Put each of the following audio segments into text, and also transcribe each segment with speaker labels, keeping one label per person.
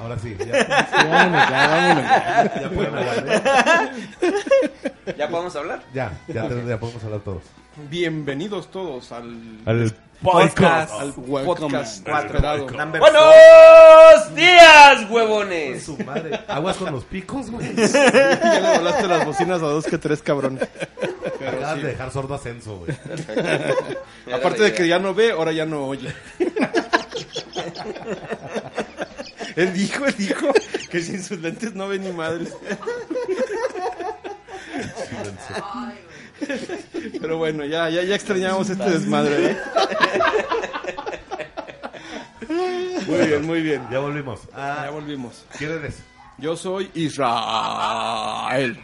Speaker 1: Ahora sí. Ya,
Speaker 2: Sí, vámonos ya, vámonos ya.
Speaker 1: ya pueden hablar.
Speaker 3: ¿Ya podemos hablar?
Speaker 1: Ya, ya, tenemos- ya podemos hablar todos.
Speaker 4: Bienvenidos todos al,
Speaker 1: Al
Speaker 3: Podcast.
Speaker 4: al
Speaker 3: Welcome.
Speaker 4: podcast más esperado.
Speaker 3: Number four. ¡Buenos días, huevones!
Speaker 1: Su madre. Aguas con los picos, güey.
Speaker 4: Ya le volaste las bocinas a dos que tres, cabrón.
Speaker 1: Acabas de dejar sordo ascenso, güey.
Speaker 3: Era
Speaker 4: Aparte
Speaker 3: la
Speaker 4: de que
Speaker 3: idea.
Speaker 4: ya no ve, ahora ya no oye. él dijo, él dijo que sin sus lentes no ve ni madres. Pero bueno, ya, ya, ya extrañamos este desmadre. ¿eh? Muy bien, muy bien.
Speaker 1: Ya volvimos.
Speaker 4: Ya
Speaker 1: Ah,
Speaker 4: volvimos.
Speaker 1: ¿Quién eres?
Speaker 4: Yo soy Israel.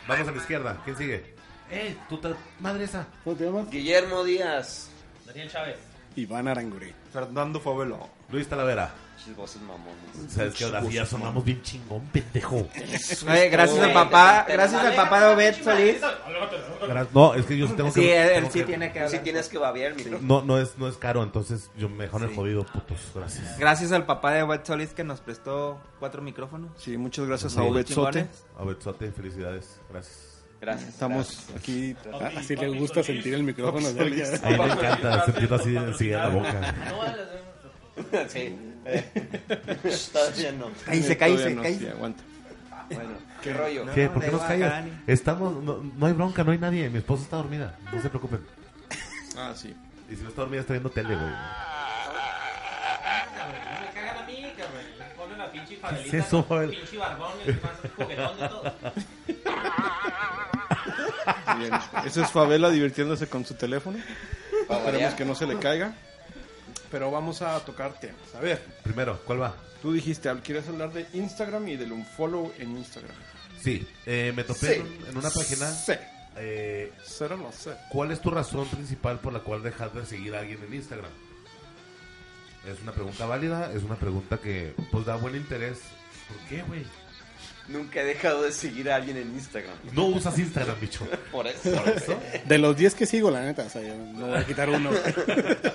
Speaker 1: Vamos a la izquierda. ¿Quién sigue? ¡Eh! ¡Tu ta- madre esa!
Speaker 2: ¿Cómo te llamas?
Speaker 3: Guillermo Díaz.
Speaker 5: Daniel Chávez.
Speaker 4: Iván Aranguren. Fernando Favelo.
Speaker 1: Luis Talavera.
Speaker 3: Pinches voces mamones.
Speaker 1: ¿Sabes qué? Ahora sí ya sonamos bien chingón, pendejo.
Speaker 6: Oye, gracias al papá, gracias al papá de Obed Solís.
Speaker 1: Gra- No, es que yo sí tengo que...
Speaker 6: Sí, él, él
Speaker 1: tengo
Speaker 6: sí
Speaker 1: que-
Speaker 6: tiene que
Speaker 3: Tú sí
Speaker 6: hablar.
Speaker 3: tienes que babear, mi
Speaker 1: No, no es, no es caro, entonces yo me dejo en el jodido, putos. Gracias.
Speaker 6: Gracias al papá de Obed Solís que nos prestó cuatro micrófonos.
Speaker 4: Sí, muchas gracias a
Speaker 1: Sí.
Speaker 4: Obed Sote.
Speaker 6: Chingones.
Speaker 1: A ver, Sote, felicidades. Gracias.
Speaker 3: Gracias.
Speaker 4: Estamos aquí. ah,
Speaker 2: Así le gusta sentir el micrófono de alguien.
Speaker 1: A mí me encanta sentirlo así así en la boca.
Speaker 3: gracias. Sí. Eh, Todavía no.
Speaker 6: Cállese,
Speaker 4: Todavía
Speaker 6: cállese,
Speaker 4: no, sí,
Speaker 6: cállese.
Speaker 4: aguanta.
Speaker 3: Bueno, qué rollo.
Speaker 1: ¿Qué? ¿Por qué
Speaker 6: No,
Speaker 1: nos
Speaker 6: da
Speaker 1: callas?
Speaker 6: igual, Dani.
Speaker 1: Estamos... No, no hay bronca, no hay nadie. Mi esposa está dormida. No se preocupen.
Speaker 4: Ah, sí.
Speaker 1: Y si no está dormida, está viendo tele, güey.
Speaker 5: Me cagan a mí, cabrón. Me ponen la pinche favelita.
Speaker 1: ¿Qué es eso,
Speaker 5: con
Speaker 1: Fabel?
Speaker 5: Pinche barbón, el más juguetón de todos.
Speaker 4: Bien. Eso es Favela divirtiéndose con su teléfono. Esperemos que no se le caiga. Pero vamos a tocar temas. A ver,
Speaker 1: Primero, ¿cuál va?
Speaker 4: tú dijiste, Al, quieres hablar de Instagram y del unfollow en Instagram.
Speaker 1: Sí, eh, me topé en un- en una página.
Speaker 4: Sí.
Speaker 1: Eh,
Speaker 4: Cero no sé.
Speaker 1: ¿Cuál es tu razón principal por la cual dejas de seguir a alguien en Instagram? Es una pregunta válida, es una pregunta que pues da buen interés. ¿Por qué, güey?
Speaker 3: Nunca he dejado de seguir a alguien en Instagram.
Speaker 1: No usas Instagram, bicho.
Speaker 3: Por eso. Por eso.
Speaker 2: De los 10 que sigo, la neta, o sea, yo no voy a quitar uno.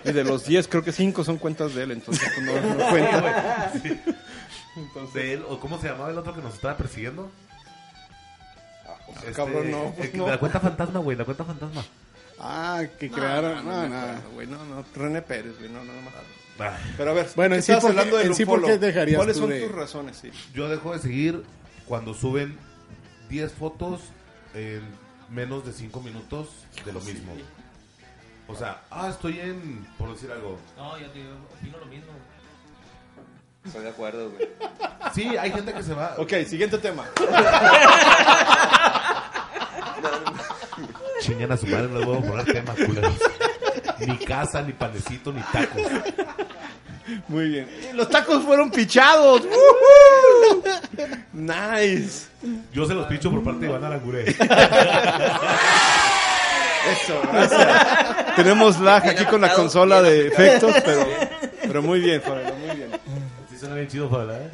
Speaker 4: Y de los 10, creo que 5 son cuentas de él, entonces pues, no, no cuenta.
Speaker 1: De él, o cómo se llamaba el otro que nos estaba persiguiendo. Este,
Speaker 4: Ah, cabrón, no, pues
Speaker 1: el que-
Speaker 4: no.
Speaker 1: de La cuenta fantasma, güey, la cuenta fantasma.
Speaker 2: Ah, que
Speaker 4: Claro,
Speaker 2: crearon. No,
Speaker 4: me
Speaker 2: no.
Speaker 4: acuerdo, güey, no, no. René Pérez, güey, no, no, no. me acuerdo.
Speaker 1: Ah,
Speaker 4: Pero a ver,
Speaker 2: Bueno,
Speaker 4: ¿qué
Speaker 2: en sí,
Speaker 4: estabas
Speaker 2: ¿por qué-
Speaker 4: hablando del
Speaker 2: en sí, ¿por
Speaker 4: unfollow?
Speaker 2: qué dejarías
Speaker 4: ¿Cuáles
Speaker 2: tú
Speaker 4: son
Speaker 2: de-
Speaker 4: tus razones? Sí.
Speaker 1: Yo dejo de seguir cuando suben 10 fotos en menos de 5 minutos de lo mismo. O sea, ah, estoy en, por decir algo,
Speaker 5: No, yo te digo, opino lo mismo.
Speaker 3: Estoy de acuerdo, güey.
Speaker 1: Sí, hay gente que se va.
Speaker 4: Ok, siguiente tema.
Speaker 1: Chingan a su madre, no les voy a poner tema, culeros. Ni casa, ni panecito, ni tacos.
Speaker 4: Muy bien. Y Los tacos fueron pichados. ¡Woohoo! nice.
Speaker 1: Yo se los picho por parte de Iván Arangure.
Speaker 4: Eso, gracias. Tenemos lag aquí con la consola de efectos, pero, pero muy bien, Fabiola, muy bien.
Speaker 1: Sí suena bien chido, Fabiola, ¿eh?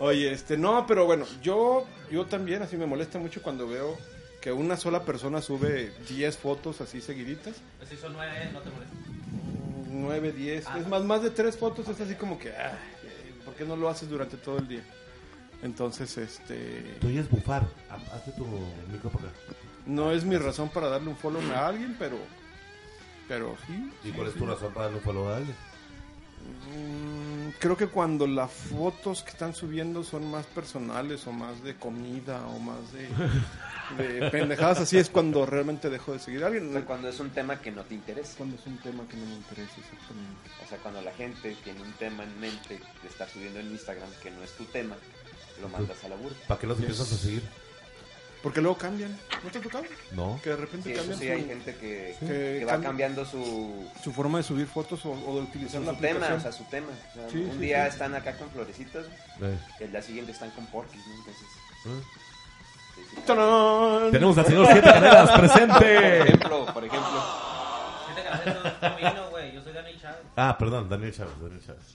Speaker 4: Oye, este, no, pero bueno, yo, yo también así me molesta mucho cuando veo que una sola persona sube 10 fotos así seguiditas.
Speaker 5: Pues si son nueve, no te molestes.
Speaker 4: 9, 10. Es más, más de 3 fotos es así como que, ah, ¿por qué no lo haces durante todo el día? Entonces, este...
Speaker 1: Tú oyes bufar. Ha- Hazte tu micro para acá.
Speaker 4: No es mi razón para darle un follow a alguien, pero. Pero sí.
Speaker 1: ¿Y cuál es tu razón para darle un follow a alguien?
Speaker 4: Mm, creo que cuando las fotos que están subiendo son más personales o más de comida o más de, de pendejadas, así es cuando realmente dejo de seguir a
Speaker 3: O
Speaker 4: alguien.
Speaker 3: sea, cuando es un tema que no te interesa.
Speaker 4: Cuando es un tema que no me interesa exactamente.
Speaker 3: O sea, cuando la gente tiene un tema en mente de estar subiendo en Instagram que no es tu tema, lo mandas a la burla.
Speaker 1: ¿Para qué los empiezas a seguir?
Speaker 4: Porque luego cambian. ¿No te ha tocado?
Speaker 1: No.
Speaker 4: Que de repente
Speaker 3: Sí, eso
Speaker 4: cambian
Speaker 3: sí,
Speaker 4: su,
Speaker 3: hay gente que,
Speaker 4: Sí.
Speaker 3: que va
Speaker 4: Cambia-
Speaker 3: cambiando su,
Speaker 4: su forma de subir fotos o, o de utilizar
Speaker 3: su,
Speaker 4: la
Speaker 3: tema, o
Speaker 4: aplicación.
Speaker 3: sea, su tema. O sea,
Speaker 4: Sí,
Speaker 3: un
Speaker 4: sí,
Speaker 3: día
Speaker 4: sí.
Speaker 3: están acá con florecitas,
Speaker 1: Eh,
Speaker 3: el día siguiente están con porquis, ¿no? Entonces,
Speaker 1: eh.
Speaker 3: sí, sí.
Speaker 4: ¡Tarán!
Speaker 1: Tenemos al señor Siete Carreras
Speaker 3: por
Speaker 1: presente.
Speaker 3: ejemplo, por ejemplo,
Speaker 5: ¿Qué te cagas? No opino, güey. Yo soy Daniel Chávez.
Speaker 1: Ah, perdón, Daniel Chávez, Daniel Chávez.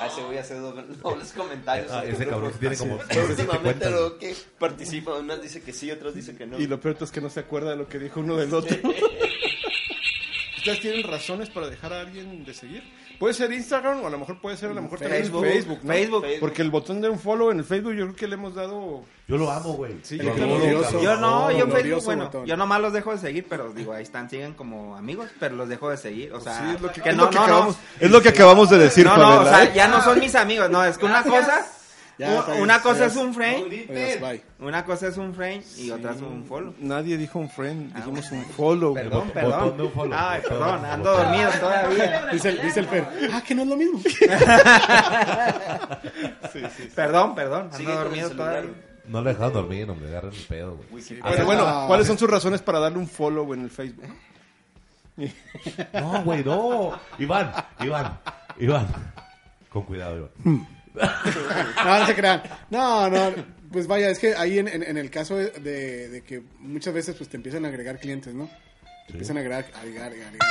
Speaker 3: a ese voy a hacer doble- dobles comentarios.
Speaker 1: Ah, ese cabrón sí tiene como
Speaker 3: Últimamente
Speaker 1: 17 cuentas.
Speaker 3: lo que participa, unas dice que sí, otras dice que no.
Speaker 4: Y lo peor es que no se acuerda de lo que dijo uno del otro. ustedes tienen razones para dejar a alguien de seguir. Puede ser Instagram o a lo mejor puede ser a lo mejor
Speaker 6: Mm, Facebook,
Speaker 4: también Facebook. ¿no?
Speaker 6: Facebook.
Speaker 4: Porque el botón de un follow en el Facebook yo creo que le hemos dado...
Speaker 1: Yo lo amo, güey.
Speaker 4: Sí,
Speaker 1: Lo
Speaker 4: yo
Speaker 1: adoro,
Speaker 2: también.
Speaker 1: cabrón.
Speaker 6: Yo no, yo en
Speaker 2: Glorioso
Speaker 6: Facebook, bueno,
Speaker 2: botón.
Speaker 6: yo nomás los dejo de seguir, pero digo, ahí están, siguen como amigos, pero los dejo de seguir, o sea,
Speaker 4: Sí, es lo que,
Speaker 6: que
Speaker 4: es
Speaker 6: no,
Speaker 4: lo que
Speaker 6: no,
Speaker 4: acabamos,
Speaker 6: no,
Speaker 4: es lo que acabamos de decir,
Speaker 6: no, no,
Speaker 4: Pamela,
Speaker 6: o sea,
Speaker 4: ¿eh?
Speaker 6: ya no son mis amigos, no, es que una cosa,
Speaker 2: Ya,
Speaker 6: u-
Speaker 2: está bien,
Speaker 6: una cosa
Speaker 2: ya.
Speaker 6: es un frame,
Speaker 2: Adiós, bye.
Speaker 6: una cosa es un frame y otra es un follow.
Speaker 4: Nadie dijo un friend,
Speaker 6: Ah,
Speaker 4: dijimos un follow.
Speaker 6: Perdón,
Speaker 1: bot-
Speaker 6: perdón.
Speaker 1: botón de un follow.
Speaker 6: Ay,
Speaker 1: Botón,
Speaker 6: perdón,
Speaker 1: botón.
Speaker 6: ando dormido todavía.
Speaker 2: Dice, el- dice el Fer, ah, que no es lo mismo.
Speaker 6: Perdón, perdón,
Speaker 3: Sigue
Speaker 6: ando
Speaker 3: con el
Speaker 6: dormido
Speaker 3: celular.
Speaker 6: todavía.
Speaker 1: No le dejaron dormir, hombre. Agarren el pedo, güey.
Speaker 4: Pero bueno,
Speaker 6: Ah.
Speaker 4: ¿cuáles son sus razones para darle un follow en el Facebook?
Speaker 1: No, güey, no. Iván, Iván, Iván. Con cuidado, Iván.
Speaker 2: No, no se crean. No, no. Pues vaya, es que ahí en, en- en el caso de, de- de que muchas veces pues te empiezan a agregar clientes, ¿no? Te empiezan a agregar, agregar, agregar, agregar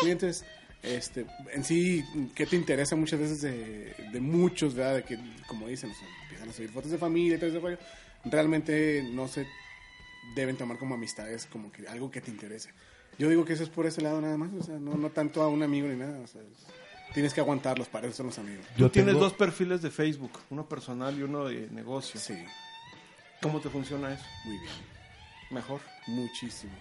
Speaker 2: clientes. Este, en sí, ¿qué te interesa muchas veces de, de muchos, verdad? De que, como dicen, o sea, empiezan a subir fotos de familia y todo ese rollo. Realmente no se deben tomar como amistades, como que algo que te interese. Yo digo que eso es por ese lado nada más, o sea, no, no tanto a un amigo ni nada, o sea, es- tienes que aguantarlos, para eso son los amigos.
Speaker 1: Yo
Speaker 4: Tú tienes
Speaker 1: tengo-
Speaker 4: dos perfiles de Facebook, uno personal y uno de negocio.
Speaker 2: Sí,
Speaker 4: ¿Cómo te funciona eso?
Speaker 2: muy bien.
Speaker 4: Mejor.
Speaker 2: Muchísimo.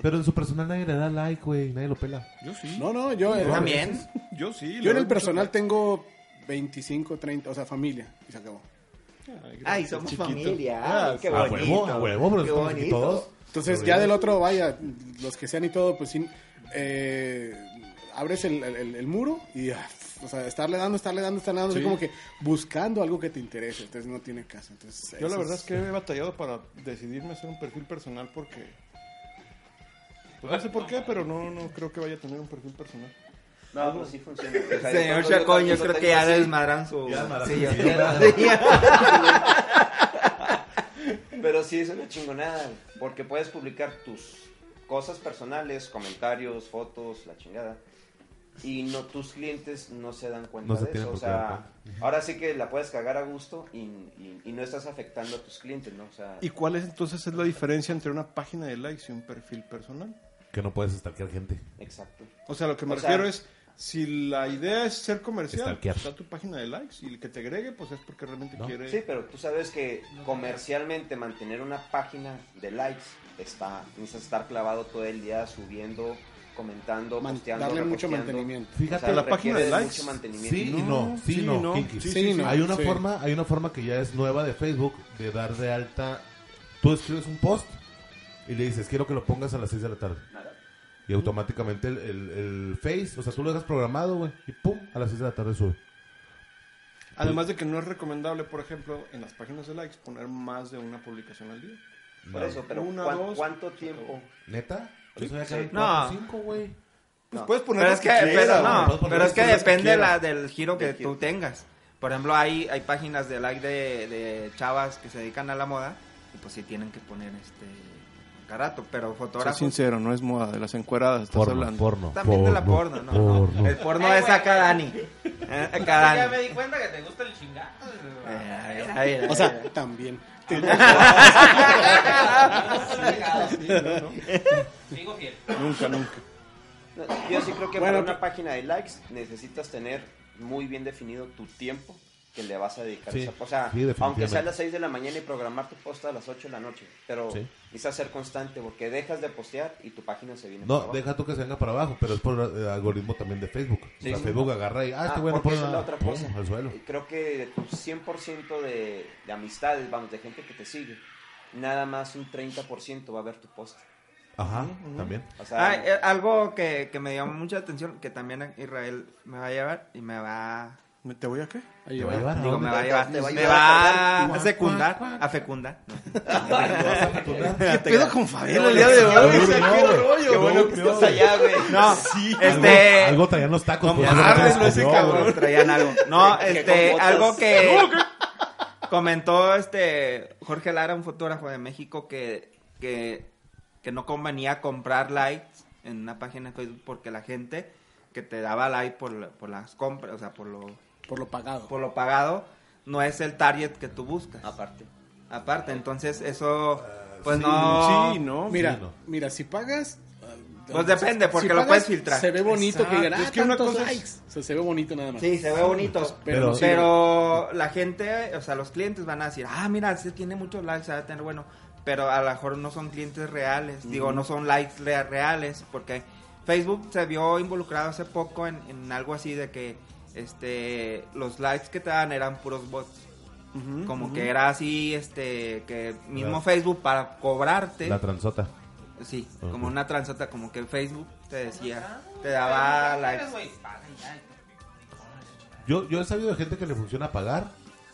Speaker 1: Pero en su personal nadie le da like, güey. Nadie lo pela.
Speaker 4: Yo sí.
Speaker 2: No, no, yo, eh,
Speaker 6: Yo También.
Speaker 4: Yo sí. le
Speaker 2: yo en
Speaker 4: doy
Speaker 2: el
Speaker 4: mucho-
Speaker 2: personal tengo 25, 30, o sea, familia, y se acabó.
Speaker 6: Ay, somos
Speaker 4: Chiquito.
Speaker 6: familia.
Speaker 4: Ah,
Speaker 6: Ay, qué
Speaker 1: a
Speaker 6: bonito.
Speaker 1: huevo, a huevo, pero
Speaker 6: qué
Speaker 1: estamos aquí
Speaker 6: bonito.
Speaker 1: todos.
Speaker 2: Entonces,
Speaker 1: Pero
Speaker 2: ya del otro, vaya, los que sean y todo, pues sin. eh, abres el, el- el- el muro y. ah, o sea, estarle dando, estarle dando, estarle dando, así
Speaker 4: Sí.
Speaker 2: como que buscando algo que te interese. Entonces, no tiene caso. Entonces,
Speaker 4: Yo la
Speaker 2: eso
Speaker 4: verdad es que he batallado para decidirme hacer un perfil personal porque... pues no sé por qué, pero no, no creo que vaya a tener un perfil personal.
Speaker 3: No, pero sí funciona. O sea,
Speaker 6: Señor
Speaker 3: yo- yo-
Speaker 6: Chacón,
Speaker 3: yo
Speaker 6: yo creo
Speaker 3: tengo
Speaker 6: que ya
Speaker 3: así,
Speaker 6: desmadran su...
Speaker 1: Ya desmadraron.
Speaker 6: Sí, yo-
Speaker 1: Sí,
Speaker 6: yo-
Speaker 3: Pero sí es una chingonada, porque puedes publicar tus cosas personales, comentarios, fotos, la chingada. Y no tus clientes no se dan cuenta
Speaker 1: No se
Speaker 3: de
Speaker 1: tienen
Speaker 3: eso. O
Speaker 1: por qué dar
Speaker 3: sea, ahora sí que la puedes cagar a gusto y, y- y no estás afectando a tus clientes, ¿no? O sea,
Speaker 4: ¿Y cuál es entonces es la diferencia entre una página de likes y un perfil personal?
Speaker 1: Que no puedes stalkear gente.
Speaker 3: exacto.
Speaker 4: O sea, lo que me
Speaker 3: O sea-
Speaker 4: refiero es, si la idea es ser comercial,
Speaker 1: Stalkear.
Speaker 4: está tu página de likes y el que te agregue, pues es porque realmente
Speaker 1: ¿No?
Speaker 4: quiere...
Speaker 3: Sí, pero tú sabes que comercialmente mantener una página de likes está, necesitas estar clavado todo el día subiendo, comentando,
Speaker 2: Man-
Speaker 3: posteando,
Speaker 2: darle mucho
Speaker 3: reposteando.
Speaker 2: mantenimiento.
Speaker 1: Fíjate
Speaker 3: O sea,
Speaker 4: la página de
Speaker 3: requiere
Speaker 4: likes.
Speaker 3: Mucho mantenimiento.
Speaker 1: Sí y no, sí, y no, Kinky.
Speaker 2: Sí, sí,
Speaker 1: hay una
Speaker 2: sí.
Speaker 1: forma, hay una forma que ya es nueva de Facebook de dar de alta. Tú escribes un post y le dices quiero que lo pongas a las 6 de la tarde. Y automáticamente el, el- el Face, o sea, tú lo dejas programado, güey, y pum, a las 6 de la tarde sube.
Speaker 4: Además de que no es recomendable, por ejemplo, en las páginas de likes poner más de una publicación al día.
Speaker 3: Por
Speaker 1: No.
Speaker 3: eso, pero
Speaker 4: Una,
Speaker 3: ¿cuán-
Speaker 4: dos,
Speaker 3: ¿cuánto tiempo?
Speaker 1: ¿Neta? Yo sabía que
Speaker 3: sí.
Speaker 1: eran
Speaker 6: No.
Speaker 1: cuatro, cinco, güey.
Speaker 4: Pues
Speaker 3: No.
Speaker 4: puedes poner
Speaker 6: Pero
Speaker 4: lo
Speaker 6: es que,
Speaker 4: que quieras,
Speaker 6: pero
Speaker 4: güey.
Speaker 1: Puedes
Speaker 6: no,
Speaker 1: poner
Speaker 6: pero es
Speaker 1: lo
Speaker 6: que
Speaker 1: que
Speaker 6: depende
Speaker 1: quieras.
Speaker 6: la, del giro que
Speaker 3: Del
Speaker 6: tú
Speaker 3: giro.
Speaker 6: tengas. Por ejemplo, hay, hay páginas de like de, de chavas que se dedican a la moda y pues sí tienen que poner este carato, pero
Speaker 4: Sé
Speaker 6: fotógrafos
Speaker 4: sincero, no es moda de las encueradas, estás
Speaker 1: Porno,
Speaker 4: hablando.
Speaker 1: porno.
Speaker 6: también de la porno, no, no. El porno
Speaker 5: Eh,
Speaker 6: es
Speaker 5: güey.
Speaker 6: acá Dani. Eh, Acá
Speaker 5: Ya
Speaker 6: Dani.
Speaker 5: me di cuenta que te gusta el chingado.
Speaker 6: Eh, a ver, a ver.
Speaker 2: O sea, también.
Speaker 5: Sigo fiel.
Speaker 4: Nunca, nunca.
Speaker 3: No, Yo sí creo que
Speaker 2: Bueno,
Speaker 3: para una
Speaker 2: pe-
Speaker 3: página de likes necesitas tener muy bien definido tu tiempo que le vas a dedicar.
Speaker 1: Sí,
Speaker 3: a esa- O sea,
Speaker 1: sí, definitivamente.
Speaker 3: aunque sea a las 6 de la mañana y programar tu post a las 8 de la noche, pero
Speaker 1: Sí.
Speaker 3: necesitas ser constante porque dejas de postear y tu página se viene para
Speaker 1: No,
Speaker 3: abajo.
Speaker 1: deja tú que se venga para abajo, pero es por el algoritmo también de Facebook. O
Speaker 3: Sí,
Speaker 1: sea,
Speaker 3: sí.
Speaker 1: Facebook agarra y, ah, este
Speaker 3: Ah,
Speaker 1: güey no pone
Speaker 3: porque esa es
Speaker 1: nada.
Speaker 3: la otra
Speaker 1: Pum,
Speaker 3: cosa.
Speaker 1: al suelo.
Speaker 3: Y Creo que de tu 100% de, de amistades, vamos, de gente que te sigue, nada más un 30% va a ver tu post.
Speaker 1: Ajá, también.
Speaker 3: O sea,
Speaker 6: Ah, eh, algo que, que me llamó mucha atención, que también Israel me va a llevar y me va
Speaker 4: ¿Me- ¿Te voy a qué?
Speaker 1: Te va a llevar,
Speaker 6: Digo,
Speaker 1: Ah, ¿no?
Speaker 6: me va a
Speaker 3: te-
Speaker 6: llevar,
Speaker 3: te va a
Speaker 6: me
Speaker 3: llevar
Speaker 6: va
Speaker 1: cargar.
Speaker 6: a secundar, a fecundar.
Speaker 4: ¿Qué pedo con Fabiola
Speaker 6: el día de hoy?
Speaker 1: Qué rollo, bueno que estás allá,
Speaker 6: güey. No,
Speaker 1: Este...
Speaker 6: este,
Speaker 1: Algo, algo traían los tacos. pues,
Speaker 4: árdenlo ese
Speaker 1: no,
Speaker 4: cabrón.
Speaker 1: güey.
Speaker 6: traían algo. No,
Speaker 3: Que
Speaker 6: este,
Speaker 3: con botas.
Speaker 6: algo que comentó este Jorge Lara, un fotógrafo de México que que que no convenía comprar likes en una página de Facebook porque la gente que te daba like por la- por las compras, o sea, por lo
Speaker 2: Por lo pagado.
Speaker 6: por lo pagado no es el target que tú buscas.
Speaker 3: aparte.
Speaker 6: Aparte, entonces eso pues
Speaker 4: Ah, Sí,
Speaker 6: no
Speaker 4: Sí, no.
Speaker 2: Mira,
Speaker 1: Sí, no.
Speaker 2: mira, si pagas, ah,
Speaker 6: Pues depende, porque
Speaker 2: Si
Speaker 6: lo
Speaker 2: pagas,
Speaker 6: puedes filtrar.
Speaker 2: Se ve bonito
Speaker 4: Exacto.
Speaker 2: que digan, ah,
Speaker 4: Es que una
Speaker 2: tantos
Speaker 4: cosa es-
Speaker 2: likes. O sea, se ve bonito nada más.
Speaker 6: Sí, se ve
Speaker 4: Pues,
Speaker 6: bonito.
Speaker 2: Pero-
Speaker 6: Pero,
Speaker 1: sí.
Speaker 6: la gente, o sea, los clientes van a decir, ah, mira, sí tiene muchos likes, se va a tener bueno. Pero a lo mejor no son clientes reales, digo, no son likes rea- reales, porque Facebook se vio involucrado hace poco en, en algo así de que este los likes que te dan eran puros bots. Como que era así, este, que mismo
Speaker 1: Claro.
Speaker 6: Facebook para cobrarte.
Speaker 1: La transota.
Speaker 6: Sí,
Speaker 1: Ujú.
Speaker 6: como una transata, como que Facebook te decía, te daba likes.
Speaker 1: Yo, yo he sabido de gente que le funciona pagar.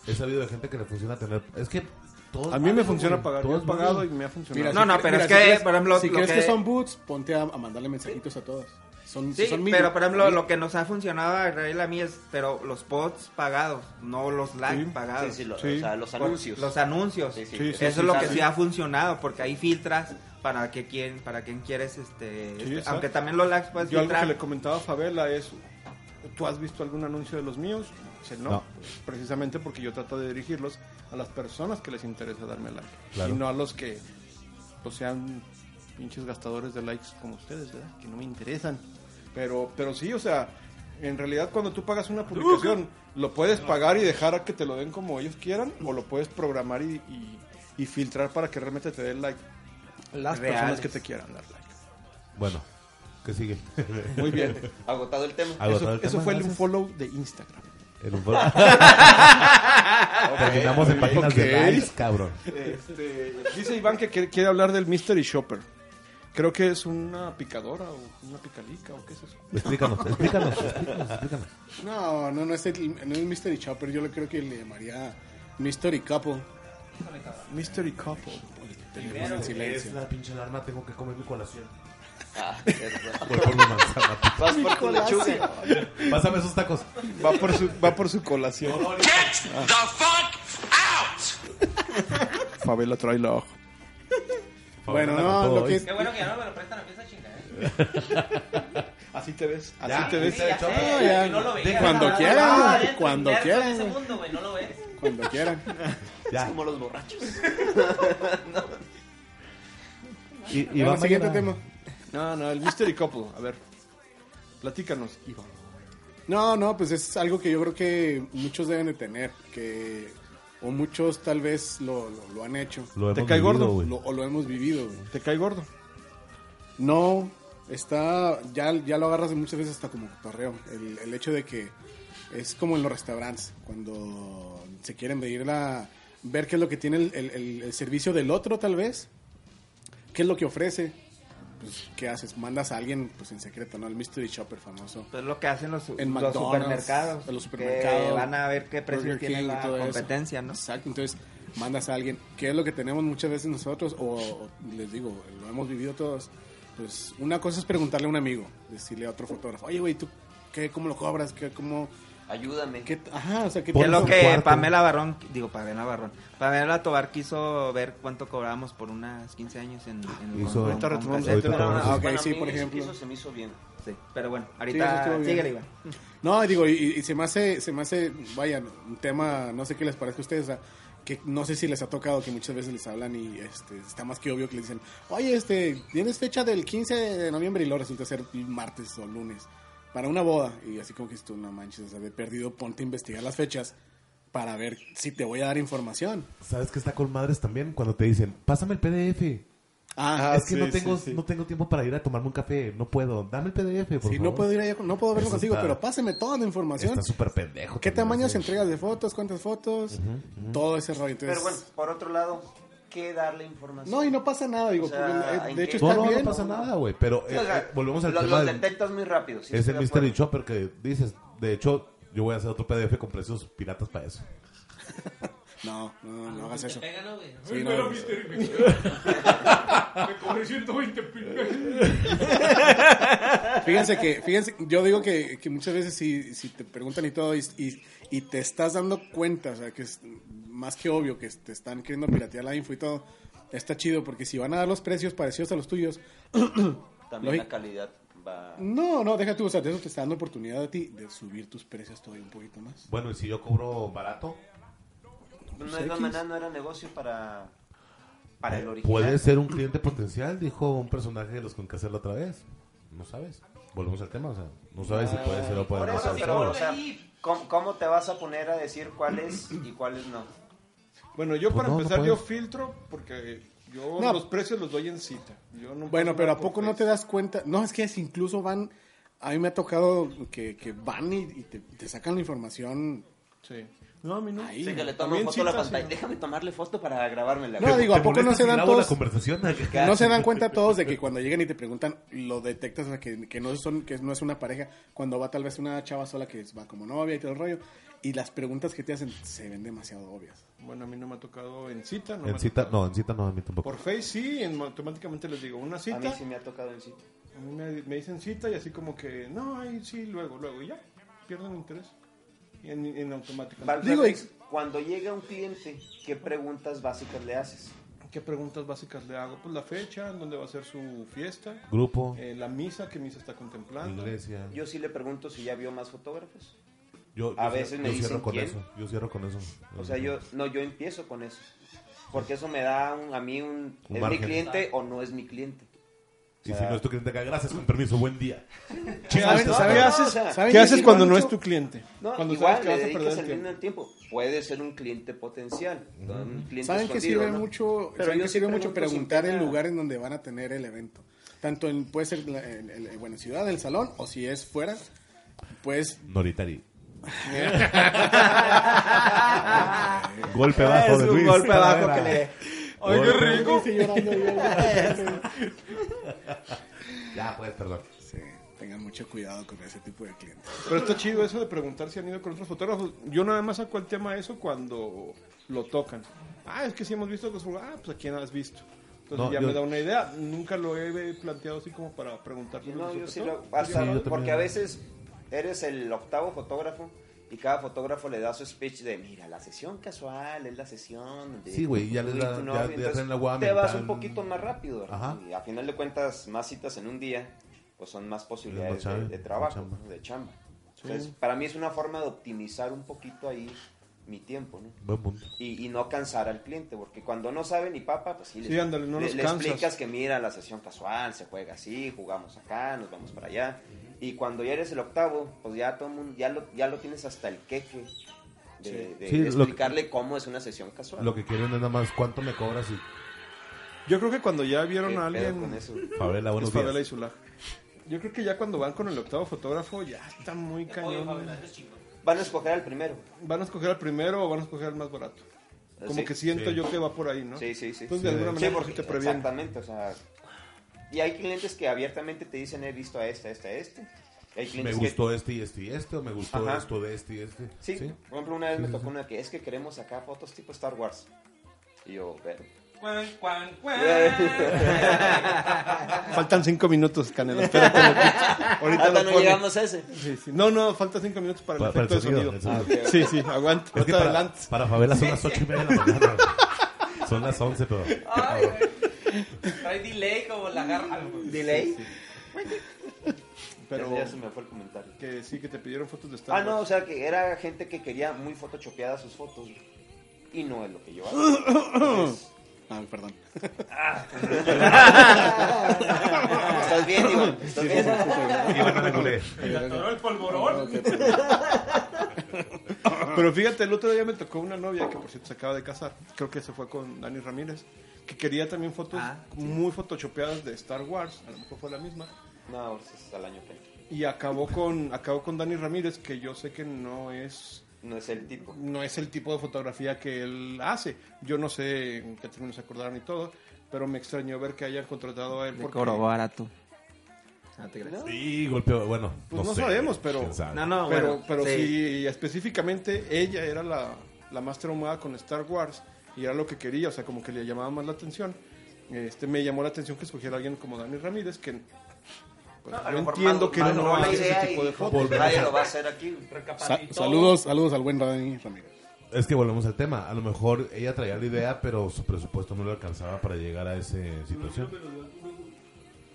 Speaker 1: He sabido de gente que le funciona tener. Es que todo es
Speaker 4: A mí me
Speaker 1: malo,
Speaker 4: funciona
Speaker 1: güey.
Speaker 4: pagar.
Speaker 1: Todo
Speaker 4: Yo he
Speaker 1: es malo.
Speaker 4: pagado y me ha funcionado.
Speaker 6: No,
Speaker 2: si
Speaker 6: no,
Speaker 2: cre-
Speaker 6: pero es
Speaker 2: si
Speaker 6: que,
Speaker 2: crees-
Speaker 6: por ejemplo,
Speaker 2: si
Speaker 6: lo
Speaker 2: crees que...
Speaker 6: que-
Speaker 2: son boots, ponte a, a mandarle mensajitos a todos. Son,
Speaker 6: Sí,
Speaker 2: son mil.
Speaker 6: pero por ejemplo, lo que nos ha funcionado a Israel a mí es, pero los pods pagados, no los likes
Speaker 4: Sí.
Speaker 3: Sí,
Speaker 6: pagados.
Speaker 3: sí, lo-
Speaker 4: Sí.
Speaker 3: o sea, los
Speaker 6: Por-
Speaker 3: anuncios.
Speaker 6: Ah, Los anuncios.
Speaker 3: Sí, sí.
Speaker 4: Sí, sí,
Speaker 6: Eso es lo que
Speaker 3: sí.
Speaker 6: sí ha funcionado, porque ahí filtras para que quien, para quien quieres, este, este,
Speaker 4: exacto.
Speaker 6: aunque también los likes puedes
Speaker 4: Yo algo que
Speaker 6: filtrar.
Speaker 4: le comentaba a Fabela es, ¿tú has visto algún anuncio de los míos? Dice, no,
Speaker 1: No.
Speaker 4: pues, precisamente porque yo trato de dirigirlos a las personas que les interesa darme like.
Speaker 1: Claro.
Speaker 4: Y no a los que pues, sean pinches gastadores de likes como ustedes, ¿verdad? Que no me interesan. Pero, pero sí, o sea, en realidad cuando tú pagas una publicación, lo puedes pagar y dejar a que te lo den como ellos quieran, o lo puedes programar y, y- y filtrar para que realmente te den like las personas
Speaker 6: Reales.
Speaker 4: que te quieran dar like.
Speaker 1: Bueno, ¿qué sigue?
Speaker 4: Muy bien.
Speaker 3: Agotado el tema.
Speaker 1: Agotado
Speaker 4: Eso,
Speaker 1: el tema,
Speaker 4: eso fue el
Speaker 1: gracias.
Speaker 4: follow de Instagram.
Speaker 1: El unfollow. Terminamos en páginas
Speaker 4: ok.
Speaker 1: de likes, cabrón.
Speaker 4: Este, dice Iván que quiere, quiere hablar del Mystery Shopper. Creo que es una picadora o una picalica o qué es eso.
Speaker 1: Explícanos, explícanos, explícanos, explícanos.
Speaker 2: No, no, no es, el, no es Mystery Chopper. Yo le creo que le llamaría Mystery Couple.
Speaker 4: Mystery Couple.
Speaker 2: Tenemos en silencio.
Speaker 1: la pinche alarma, tengo que comer mi colación.
Speaker 3: Ah, perdón.
Speaker 1: Voy por mi manzana.
Speaker 3: Vas por tu lechuga.
Speaker 1: Pásame esos tacos.
Speaker 4: Va por su, va por su colación. Fabela trae la hoja.
Speaker 2: Bueno,
Speaker 1: Fabela con
Speaker 2: no,
Speaker 1: todo
Speaker 2: lo que
Speaker 1: hoy.
Speaker 2: es...
Speaker 5: Qué bueno que ya no me lo prestan a mí esa chingada. ¿eh?
Speaker 4: Así te ves. Así
Speaker 1: Ya.
Speaker 4: te
Speaker 5: Sí,
Speaker 4: ves.
Speaker 5: ya
Speaker 1: Chopper,
Speaker 5: sé,
Speaker 2: ya.
Speaker 5: que no lo veía.
Speaker 2: Cuando
Speaker 5: Estaba
Speaker 2: quieran,
Speaker 5: adentro, inmerso
Speaker 2: güey, cuando
Speaker 5: en ese
Speaker 2: quieran.
Speaker 5: mundo, güey, no lo ves.
Speaker 2: Cuando quieran.
Speaker 1: Ya.
Speaker 3: Como los borrachos.
Speaker 1: Y, y
Speaker 2: Bueno,
Speaker 1: vamos
Speaker 2: siguiente
Speaker 1: a-
Speaker 2: tema.
Speaker 4: No, no, el Mystery Couple. A ver. Platícanos, Iván.
Speaker 2: No, no, pues es algo que yo creo que muchos deben de tener, que o muchos tal vez lo, lo, lo han hecho,
Speaker 1: Lo hemos
Speaker 4: ¿Te cae
Speaker 1: vivido,
Speaker 4: gordo?
Speaker 1: güey.
Speaker 2: lo- o lo hemos vivido. güey.
Speaker 4: ¿Te cae gordo?
Speaker 2: No, está, ya, ya lo agarras muchas veces hasta como torreo, el, el hecho de que es como en los restaurantes, cuando se quieren medir la, ver qué es lo que tiene el, el- el- el servicio del otro tal vez, qué es lo que ofrece. Pues, ¿Qué haces? Mandas a alguien pues en secreto, ¿no? El Mystery Shopper famoso.
Speaker 6: Pues lo que hacen los,
Speaker 2: En
Speaker 6: los
Speaker 2: McDonald's,
Speaker 6: supermercados.
Speaker 2: en los supermercados,
Speaker 6: que van a ver qué
Speaker 2: Burger
Speaker 6: precios tiene
Speaker 2: King y
Speaker 6: la
Speaker 2: todo eso.
Speaker 6: competencia, ¿no?
Speaker 2: Exacto, entonces mandas a alguien, que es lo que tenemos muchas veces nosotros, o, o les digo, lo hemos vivido todos. Pues una cosa es preguntarle a un amigo, decirle a otro fotógrafo, oye, güey, ¿tú qué, cómo lo cobras? ¿Qué, cómo,
Speaker 3: Ayúdame.
Speaker 2: qué, ajá, o sea, ¿qué
Speaker 1: Por
Speaker 6: Que
Speaker 2: te-
Speaker 6: es
Speaker 1: su
Speaker 6: lo que
Speaker 1: cuarto.
Speaker 6: Pamela Barrón, digo Pamela Barrón, Pamela Tobar quiso ver cuánto cobrábamos por unas 15 años en, en
Speaker 1: Hizo-
Speaker 6: con-
Speaker 1: Ahorita
Speaker 6: con
Speaker 4: retomamos
Speaker 6: cassette.
Speaker 1: el tema.
Speaker 6: Pero-
Speaker 2: Ah, ok,
Speaker 3: Bueno, a
Speaker 2: sí,
Speaker 3: mí
Speaker 2: por
Speaker 3: eso-
Speaker 2: ejemplo.
Speaker 3: Eso se me hizo bien.
Speaker 6: sí, pero bueno,
Speaker 2: eso
Speaker 6: ahorita
Speaker 2: estuvo bien.
Speaker 6: síguele, Iván.
Speaker 2: No, digo, y, y- y se me hace, se me hace, vaya, un tema, no sé qué les parece a ustedes, o sea, que no sé si les ha tocado que muchas veces les hablan y este, está más que obvio que les dicen, oye, este, tienes fecha del 15 de noviembre y luego resulta ser martes o lunes para una boda. Y así como que dices tú, no manches, o sea, de perdido, ponte a investigar las fechas para ver si te voy a dar información.
Speaker 1: ¿Sabes que está con madres también? Cuando te dicen, pásame el PDF.
Speaker 2: Ah,
Speaker 1: es que
Speaker 4: sí,
Speaker 1: no, tengo,
Speaker 4: sí, sí.
Speaker 1: no tengo tiempo para ir a tomarme un café. No puedo. Dame el PDF, por
Speaker 2: si
Speaker 1: favor.
Speaker 2: no puedo ir allá, con- no puedo verlo
Speaker 1: Eso
Speaker 2: contigo,
Speaker 1: está-
Speaker 2: pero páseme toda la información.
Speaker 1: Está súper pendejo.
Speaker 2: ¿Qué
Speaker 1: también,
Speaker 2: tamaños
Speaker 1: eso.
Speaker 2: entregas de fotos? ¿Cuántas fotos? Todo ese rollo. Entonces,
Speaker 3: Pero bueno, por otro lado, ¿qué darle información?
Speaker 2: No, y no pasa nada, digo,
Speaker 3: O sea,
Speaker 2: porque, eh, de
Speaker 3: ¿en
Speaker 2: hecho
Speaker 3: qué?
Speaker 2: está
Speaker 1: No, no,
Speaker 2: bien.
Speaker 1: no pasa nada, güey. Pero
Speaker 3: Sí, o
Speaker 1: eh,
Speaker 3: sea,
Speaker 1: eh, volvemos al
Speaker 3: lo-
Speaker 1: tema.
Speaker 3: Los
Speaker 1: del-
Speaker 3: detectas muy rápido. sí,
Speaker 1: es
Speaker 3: estoy
Speaker 1: el
Speaker 3: de
Speaker 1: Mystery
Speaker 3: acuerdo.
Speaker 1: Chopper que dices. De hecho, yo voy a hacer otro PDF con precios piratas para eso.
Speaker 2: No, no, no, no hagas
Speaker 5: Te
Speaker 2: eso.
Speaker 5: pegan, ¿no, güey?
Speaker 2: Sí, no, no, no. Fíjense que, fíjense, yo digo que, que muchas veces si, si te preguntan y todo y, y, y te estás dando cuenta, o sea, que es más que obvio que te están queriendo piratear la info y todo, está chido porque si van a dar los precios parecidos a los tuyos,
Speaker 3: También
Speaker 2: Lógico. Mm,
Speaker 3: la calidad va...
Speaker 2: no, no, deja tú, o sea, de eso te está dando oportunidad a ti de subir tus precios todavía un poquito más.
Speaker 1: Bueno, y si yo cobro barato,
Speaker 3: No, es la manera, no era negocio para, para el original.
Speaker 1: Eh, puede ser un cliente potencial, dijo un personaje de los con que hacerlo otra vez. no sabes. Volvemos al tema, o sea, no sabes si puede ser o puede
Speaker 3: Por
Speaker 1: no
Speaker 3: eso,
Speaker 1: ser.
Speaker 3: pero,
Speaker 1: solo.
Speaker 3: o sea, ¿cómo, cómo te vas a poner a decir cuáles y cuáles no?
Speaker 4: Bueno, yo
Speaker 1: Pues
Speaker 4: para
Speaker 1: no, no
Speaker 4: empezar, yo
Speaker 1: puedes.
Speaker 4: filtro porque yo
Speaker 2: No.
Speaker 4: los precios los doy en cita. Yo no
Speaker 2: Bueno,
Speaker 4: paso
Speaker 2: pero ¿a
Speaker 4: por
Speaker 2: poco no te
Speaker 4: precio.
Speaker 2: das cuenta? No, es que es incluso van. A mí me ha tocado que, que van y, y te, te sacan la información
Speaker 4: Sí. No, a mí no.
Speaker 2: ahí.
Speaker 3: Sí, que le
Speaker 4: Mm,
Speaker 3: tomo
Speaker 4: También
Speaker 3: foto a la
Speaker 4: cita,
Speaker 3: pantalla.
Speaker 4: sí.
Speaker 3: Déjame tomarle foto para grabármela.
Speaker 2: No, digo, ¿a
Speaker 1: ¿Te
Speaker 2: poco no
Speaker 1: molesta
Speaker 2: se
Speaker 1: si
Speaker 2: dan
Speaker 1: grabo
Speaker 2: todos?
Speaker 1: la conversación?
Speaker 2: No se dan cuenta todos de que cuando llegan y te preguntan, lo detectas, o sea, que, que no son, que no es una pareja, cuando va tal vez una chava sola que va como novia y todo el rollo, y las preguntas que te hacen se ven demasiado obvias.
Speaker 4: Bueno, a mí no me ha tocado en cita. No me
Speaker 1: En
Speaker 4: ha
Speaker 1: cita,
Speaker 4: tocado.
Speaker 1: no, en cita no, a mí tampoco.
Speaker 4: Por Face sí, en- automáticamente les digo una cita.
Speaker 3: A mí sí me ha tocado en cita.
Speaker 4: A mí me, me dicen cita y así como que, no, ahí sí, luego, luego, y ya, pierden el interés. Y en, en automático.
Speaker 3: Val-
Speaker 2: Digo, y-
Speaker 3: cuando llega un cliente, ¿qué preguntas básicas le haces?
Speaker 4: ¿Qué preguntas básicas le hago? Pues la fecha, en dónde va a ser su fiesta,
Speaker 1: Grupo,
Speaker 4: eh, la misa, qué misa está contemplando.
Speaker 1: iglesia.
Speaker 3: Yo sí le pregunto si ya vio más fotógrafos.
Speaker 1: Yo,
Speaker 3: A
Speaker 1: yo cier-
Speaker 3: veces me
Speaker 1: yo
Speaker 3: dicen
Speaker 1: cierro con
Speaker 3: quién.
Speaker 1: eso. Yo cierro con eso.
Speaker 3: O sea, yo no, yo empiezo con eso. Porque eso me da un- a mí un...
Speaker 1: Un
Speaker 3: ¿Es
Speaker 1: margen.
Speaker 3: mi cliente o no es mi cliente?
Speaker 1: Y si no es tu cliente acá, gracias, con permiso, buen día.
Speaker 4: ¿Qué
Speaker 2: ¿Saben-
Speaker 4: haces,
Speaker 2: saben-
Speaker 4: qué haces-
Speaker 3: o sea,
Speaker 2: saben
Speaker 4: qué
Speaker 2: qué
Speaker 4: haces
Speaker 2: sí
Speaker 4: cuando
Speaker 2: lo
Speaker 4: no
Speaker 2: han
Speaker 4: es
Speaker 2: hecho?
Speaker 4: tu cliente?
Speaker 3: No,
Speaker 4: cuando
Speaker 3: igual
Speaker 4: sabes que vas
Speaker 3: le
Speaker 4: a perder
Speaker 3: dedicas al
Speaker 4: el tiempo.
Speaker 3: mismo tiempo. Puede ser un cliente potencial. un cliente
Speaker 2: ¿Saben que
Speaker 3: escondido,
Speaker 2: sirve
Speaker 3: ¿no?
Speaker 2: mucho?
Speaker 3: Pero
Speaker 2: ¿saben
Speaker 3: yo
Speaker 2: que
Speaker 3: sí
Speaker 2: sirve mucho
Speaker 3: pregunto sin
Speaker 2: preguntar el
Speaker 3: pena.
Speaker 2: lugar en donde van a tener el evento? Tanto en, puede ser, la- el- el- bueno, ciudad, el salón, o si es fuera, pues...
Speaker 1: Noritari. golpe bajo
Speaker 6: es
Speaker 1: de
Speaker 6: un
Speaker 1: Luis.
Speaker 6: golpe bajo
Speaker 1: Cabrera.
Speaker 6: que le...
Speaker 1: Ay, qué rico.
Speaker 2: Sí, llorando, llorando.
Speaker 1: Ya, pues, perdón.
Speaker 2: Sí, tengan mucho cuidado con ese tipo de clientes.
Speaker 4: Pero está chido eso de preguntar si han ido con otros fotógrafos. Yo nada más saco el tema de eso cuando lo tocan. Ah, es que si hemos visto otros fotógrafos. Ah, pues a quién has visto. Entonces
Speaker 1: No,
Speaker 4: ya
Speaker 1: yo-
Speaker 4: me da una idea. Nunca lo he planteado así como para preguntar. sobre
Speaker 3: No,
Speaker 4: los
Speaker 3: yo
Speaker 4: otros
Speaker 3: sí lo
Speaker 4: fotógrafos.
Speaker 3: hasta-
Speaker 1: Sí, yo también.
Speaker 3: porque a veces eres el octavo fotógrafo y cada fotógrafo le da su speech de, mira, la sesión casual es la sesión. donde
Speaker 1: Sí, güey, ya
Speaker 3: tú
Speaker 1: les
Speaker 3: y
Speaker 1: da-
Speaker 3: tu
Speaker 1: ya-
Speaker 3: novio",
Speaker 1: ya
Speaker 3: entonces
Speaker 1: traen la guada
Speaker 3: Te vas
Speaker 1: mental.
Speaker 3: un poquito más rápido, ¿verdad?
Speaker 1: Ajá.
Speaker 3: Y a final de cuentas, más citas en un día, pues son más
Speaker 1: más
Speaker 3: posibilidades de,
Speaker 1: chamba,
Speaker 3: de trabajo,
Speaker 1: más chamba.
Speaker 3: ¿no? de chamba. Entonces, para mí es una forma de optimizar un poquito ahí mi tiempo, ¿no?
Speaker 1: Buen punto.
Speaker 3: Y, y no cansar al cliente, porque cuando no sabe ni papa, pues sí,
Speaker 4: Sí, ándale, no
Speaker 3: le-
Speaker 4: los
Speaker 3: le
Speaker 4: cansas.
Speaker 3: explicas que mira la sesión casual, se juega así, jugamos acá, nos vamos para allá. Y cuando ya eres el octavo, pues ya todo el mundo- ya lo, ya lo tienes hasta el queque de, de
Speaker 1: Sí, lo que-
Speaker 3: explicarle cómo es una sesión casual.
Speaker 1: Lo que quieren es nada más cuánto me cobras y
Speaker 4: Yo creo que cuando ya vieron
Speaker 3: ¿Qué
Speaker 4: a
Speaker 3: pedo
Speaker 4: alguien.
Speaker 3: con eso?
Speaker 1: Fabela,
Speaker 4: es
Speaker 1: buenos
Speaker 4: Fabela
Speaker 1: días.
Speaker 4: y Zulaj. Yo creo que ya cuando van con el octavo fotógrafo, ya está muy
Speaker 5: Oye,
Speaker 4: cañón.
Speaker 5: Fabiola, eres chingón.
Speaker 3: Van a escoger al primero.
Speaker 4: ¿Van a escoger al primero o van a escoger al más barato? Como
Speaker 3: Ah, Sí.
Speaker 4: que siento
Speaker 1: Sí.
Speaker 4: yo que va por ahí, ¿no?
Speaker 3: Sí, sí, sí.
Speaker 4: Entonces, de
Speaker 1: Sí.
Speaker 4: alguna
Speaker 3: Sí,
Speaker 4: manera, pues,
Speaker 3: porque
Speaker 4: te previenen.
Speaker 3: exactamente, o sea, y hay clientes que abiertamente te dicen he visto a este, a este, a este. Hay
Speaker 1: Me
Speaker 3: clientes que-
Speaker 1: gustó este y este y este, o me gustó
Speaker 3: Ajá.
Speaker 1: esto de este y este.
Speaker 3: Sí, por ejemplo, una vez
Speaker 1: Sí,
Speaker 3: me
Speaker 1: sí,
Speaker 3: tocó
Speaker 1: sí.
Speaker 3: una que es que queremos sacar fotos tipo Star Wars. Y yo, pero.
Speaker 5: Cuan, cuan, cuan.
Speaker 4: Faltan cinco minutos, Canelo. Espérate, lo quito. ahorita lo pone.
Speaker 3: a ese.
Speaker 4: Sí, sí. No, no, faltan cinco minutos para el
Speaker 1: Para- para
Speaker 4: efecto
Speaker 1: el
Speaker 4: de sonido.
Speaker 1: sonido, el sonido.
Speaker 4: Ah, sí, sí, aguanta.
Speaker 1: Es que
Speaker 4: hasta
Speaker 1: para,
Speaker 4: adelante.
Speaker 1: para Fabela son las 8 y media de la mañana. güey. son las 11, pero.
Speaker 5: Ay, güey. Trae delay como la garra. güey.
Speaker 3: Delay.
Speaker 4: Pero
Speaker 3: Pero ya se me fue el comentario.
Speaker 4: que sí, que te pidieron fotos de Star
Speaker 3: Ah, no, o
Speaker 4: Wars.
Speaker 3: sea, que era gente que quería muy photoshopeadas sus fotos. Y no es lo que yo hago. Entonces,
Speaker 2: Ah, perdón.
Speaker 3: Estás bien, Iván. Estás bien.
Speaker 1: Y van a regular.
Speaker 5: Le atoró el
Speaker 2: Ah,
Speaker 5: polvorón.
Speaker 4: Pero fíjate, el otro día me tocó una novia que por cierto se acaba de casar. Creo que se fue con Dani Ramírez. Que quería también fotos
Speaker 6: Ah,
Speaker 4: muy photoshopeadas de Star Wars. A lo mejor fue la misma.
Speaker 3: No, pues, es al año que entra.
Speaker 4: Y acabó con, acabó con Dani Ramírez, que yo sé que no es
Speaker 3: No es el tipo.
Speaker 4: no es el tipo de fotografía que él hace. Yo no sé en qué términos se acordaron y todo, pero me extrañó ver que hayan contratado a él
Speaker 6: De
Speaker 4: porque...
Speaker 6: coro barato. No Ah, te creas.
Speaker 3: No,
Speaker 1: Y golpeó, bueno.
Speaker 4: Pues no
Speaker 1: sé,
Speaker 4: sabemos, pero-
Speaker 1: quién sabe.
Speaker 6: No, no,
Speaker 4: pero
Speaker 6: bueno,
Speaker 4: pero
Speaker 6: sí.
Speaker 4: si específicamente ella era la, la más traumada con Star Wars y era lo que quería, o sea, como que le llamaba más la atención. Este, me llamó la atención que escogiera a alguien como Dani Ramírez, que pues,
Speaker 3: No, a
Speaker 4: yo
Speaker 3: lo mejor
Speaker 4: entiendo
Speaker 3: mal-
Speaker 4: que él
Speaker 3: mal-
Speaker 4: no
Speaker 3: mala
Speaker 4: hace
Speaker 3: idea
Speaker 4: ese tipo
Speaker 3: y
Speaker 4: de
Speaker 3: dijo,
Speaker 4: fotos.
Speaker 3: Nadie lo va a hacer aquí.
Speaker 2: Sa-
Speaker 5: Recapacitó.
Speaker 2: saludos, saludos al buen Dani Ramírez.
Speaker 1: Es que volvemos al tema. A lo mejor ella traía la idea, pero su presupuesto no le alcanzaba para llegar a esa situación.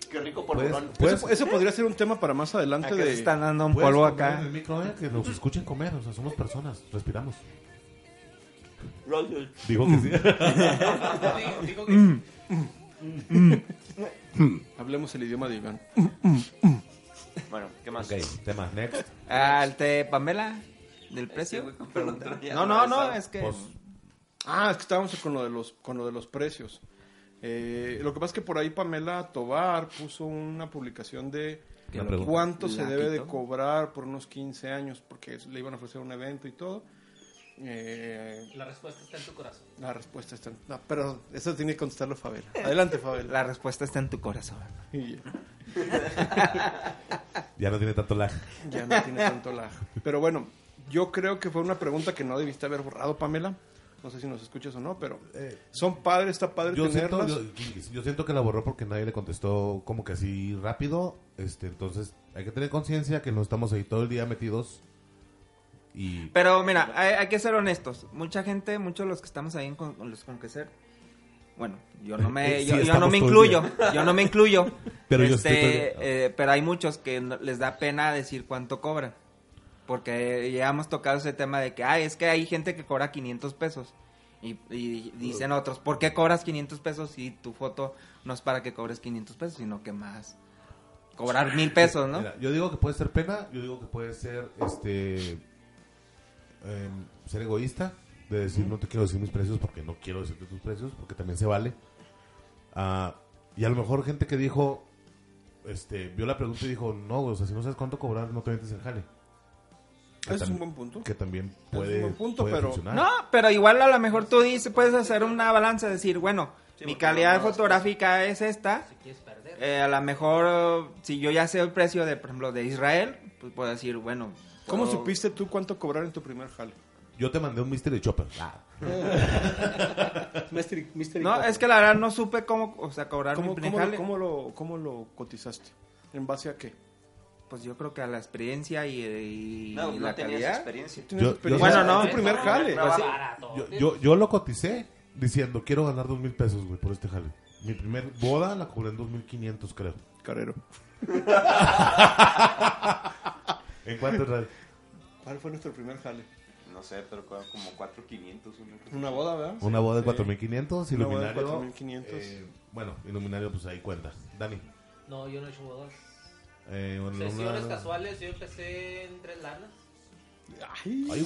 Speaker 3: Qué rico
Speaker 1: Puedes-
Speaker 3: polvorón.
Speaker 1: puedes-
Speaker 4: Eso, eso podría ser un tema para más adelante
Speaker 6: Acá se
Speaker 4: de...
Speaker 6: están dando un
Speaker 1: puedes
Speaker 6: polvo
Speaker 1: comer en
Speaker 6: acá.
Speaker 1: el micro, eh, que nos escuchen comer. O sea, somos personas, respiramos. Dijo que sí.
Speaker 5: Digo-
Speaker 2: Mm.
Speaker 5: digo que-
Speaker 4: Hablemos el idioma de Iván.
Speaker 3: ¿Qué más?
Speaker 1: Ok, tema, next.
Speaker 6: Al te Ah, Pamela, del
Speaker 3: Sí,
Speaker 6: precio.
Speaker 3: güey, compré el otro día,
Speaker 6: no, no, no,
Speaker 3: regresaba.
Speaker 6: es que.
Speaker 1: Pues,
Speaker 4: Ah, es que estábamos con lo de los, con lo de los precios. Eh, lo que pasa es que por ahí Pamela Tobar puso una publicación de
Speaker 1: una pregunta.
Speaker 4: cuánto
Speaker 6: La
Speaker 4: se debe de
Speaker 6: quitó.
Speaker 4: cobrar por unos 15 años, porque es- le iban a ofrecer un evento y todo. Eh,
Speaker 5: La respuesta está en tu corazón.
Speaker 4: la respuesta está... en- No, pero eso tiene que contestarlo Fabela. Adelante, Fabela.
Speaker 6: La respuesta está en tu corazón.
Speaker 4: Y ya.
Speaker 1: ya no tiene tanto lag.
Speaker 4: Ya no tiene tanto lag. Pero bueno, yo creo que fue una pregunta que no debiste haber borrado, Pamela. No sé si nos escuchas o no, pero
Speaker 1: Eh,
Speaker 4: son padres, está padre
Speaker 1: Yo siento,
Speaker 4: tenerlas.
Speaker 1: yo, yo siento que la borró porque nadie le contestó como que así rápido. Este, entonces hay que tener conciencia que no estamos ahí todo el día metidos. Y
Speaker 6: Pero mira, hay, hay que ser honestos. Mucha gente, muchos de los que estamos ahí en con, en los Conquecer, bueno, yo no
Speaker 1: Eh,
Speaker 6: me,
Speaker 1: Sí,
Speaker 6: yo, yo
Speaker 1: estamos
Speaker 6: no me
Speaker 1: todo el
Speaker 6: incluyo, yo no me incluyo.
Speaker 1: Pero yo
Speaker 6: Este,
Speaker 1: estoy todo el día.
Speaker 6: eh, pero hay muchos que no- les da pena decir cuánto cobran. Porque ya hemos tocado ese tema de que, ay, es que hay gente que cobra 500 pesos. Y, y dicen otros, ¿por qué cobras 500 pesos si tu foto no es para que cobres 500 pesos, sino que más? Cobrar mil pesos, ¿no?
Speaker 1: Mira, yo digo que puede ser pena, yo digo que puede ser este em, ser egoísta, de decir no te quiero decir mis precios porque no quiero decirte tus precios, porque también se vale. Ah, y a lo mejor gente que dijo, este, vio la pregunta y dijo, no, o sea, si no sabes cuánto cobrar, no te metes en jale. Que
Speaker 4: Ese es un
Speaker 1: tam-
Speaker 4: buen punto.
Speaker 1: Que también
Speaker 4: un
Speaker 1: puede,
Speaker 4: buen punto,
Speaker 1: puede
Speaker 4: pero-
Speaker 1: funcionar.
Speaker 6: No, pero igual a lo mejor tú dices, puedes hacer una balanza, decir, bueno,
Speaker 5: Sí,
Speaker 6: mi
Speaker 5: porque
Speaker 6: calidad
Speaker 5: no, no,
Speaker 6: fotográfica es esta.
Speaker 5: Si quieres perder.
Speaker 6: eh, a lo mejor, eh, si yo ya sé el precio de, por ejemplo, de Israel, pues puedo decir, bueno.
Speaker 4: ¿Cómo
Speaker 6: puedo-
Speaker 4: supiste tú cuánto cobrar en tu primer jale?
Speaker 1: Yo te mandé un Mystery Chopper. Ah,
Speaker 2: Mystery, Mystery
Speaker 6: No,
Speaker 2: Copper.
Speaker 6: es que la verdad no supe cómo, o sea, cobrar Ah, mi
Speaker 4: ¿Cómo,
Speaker 6: primer
Speaker 4: cómo,
Speaker 6: jale.
Speaker 4: cómo lo, cómo lo cotizaste? ¿En base a qué?
Speaker 6: Pues yo creo que a la experiencia y, y
Speaker 3: No, no
Speaker 6: la
Speaker 3: tenías
Speaker 6: calidad.
Speaker 3: experiencia.
Speaker 4: ¿Tienes
Speaker 1: Yo-
Speaker 4: experiencia?
Speaker 1: yo-
Speaker 4: Bueno,
Speaker 6: Bueno,
Speaker 4: no.
Speaker 6: no.
Speaker 4: tu primer jale?
Speaker 5: Estaba
Speaker 6: Pues sí.
Speaker 5: barato.
Speaker 1: yo, yo, yo lo coticé diciendo, quiero ganar dos mil pesos, güey, por este jale. Mi primer boda la cobré en dos mil quinientos, creo.
Speaker 4: Carero.
Speaker 1: ¿En cuánto real?
Speaker 4: ¿Cuál fue nuestro primer jale?
Speaker 3: No sé, pero co- como 4500. una cosa.
Speaker 4: Una boda, ¿verdad?
Speaker 1: Una boda de
Speaker 4: Sí.
Speaker 1: 4500,
Speaker 4: Una boda de
Speaker 1: iluminario.
Speaker 4: 4,500.
Speaker 1: eh, bueno, iluminario, pues ahí cuenta. Dani.
Speaker 5: No, yo no he hecho bodas.
Speaker 1: Eh, una-
Speaker 5: Sesiones
Speaker 1: una-
Speaker 5: casuales, yo empecé en tres lanas.
Speaker 4: Ay,
Speaker 1: Ay, güey.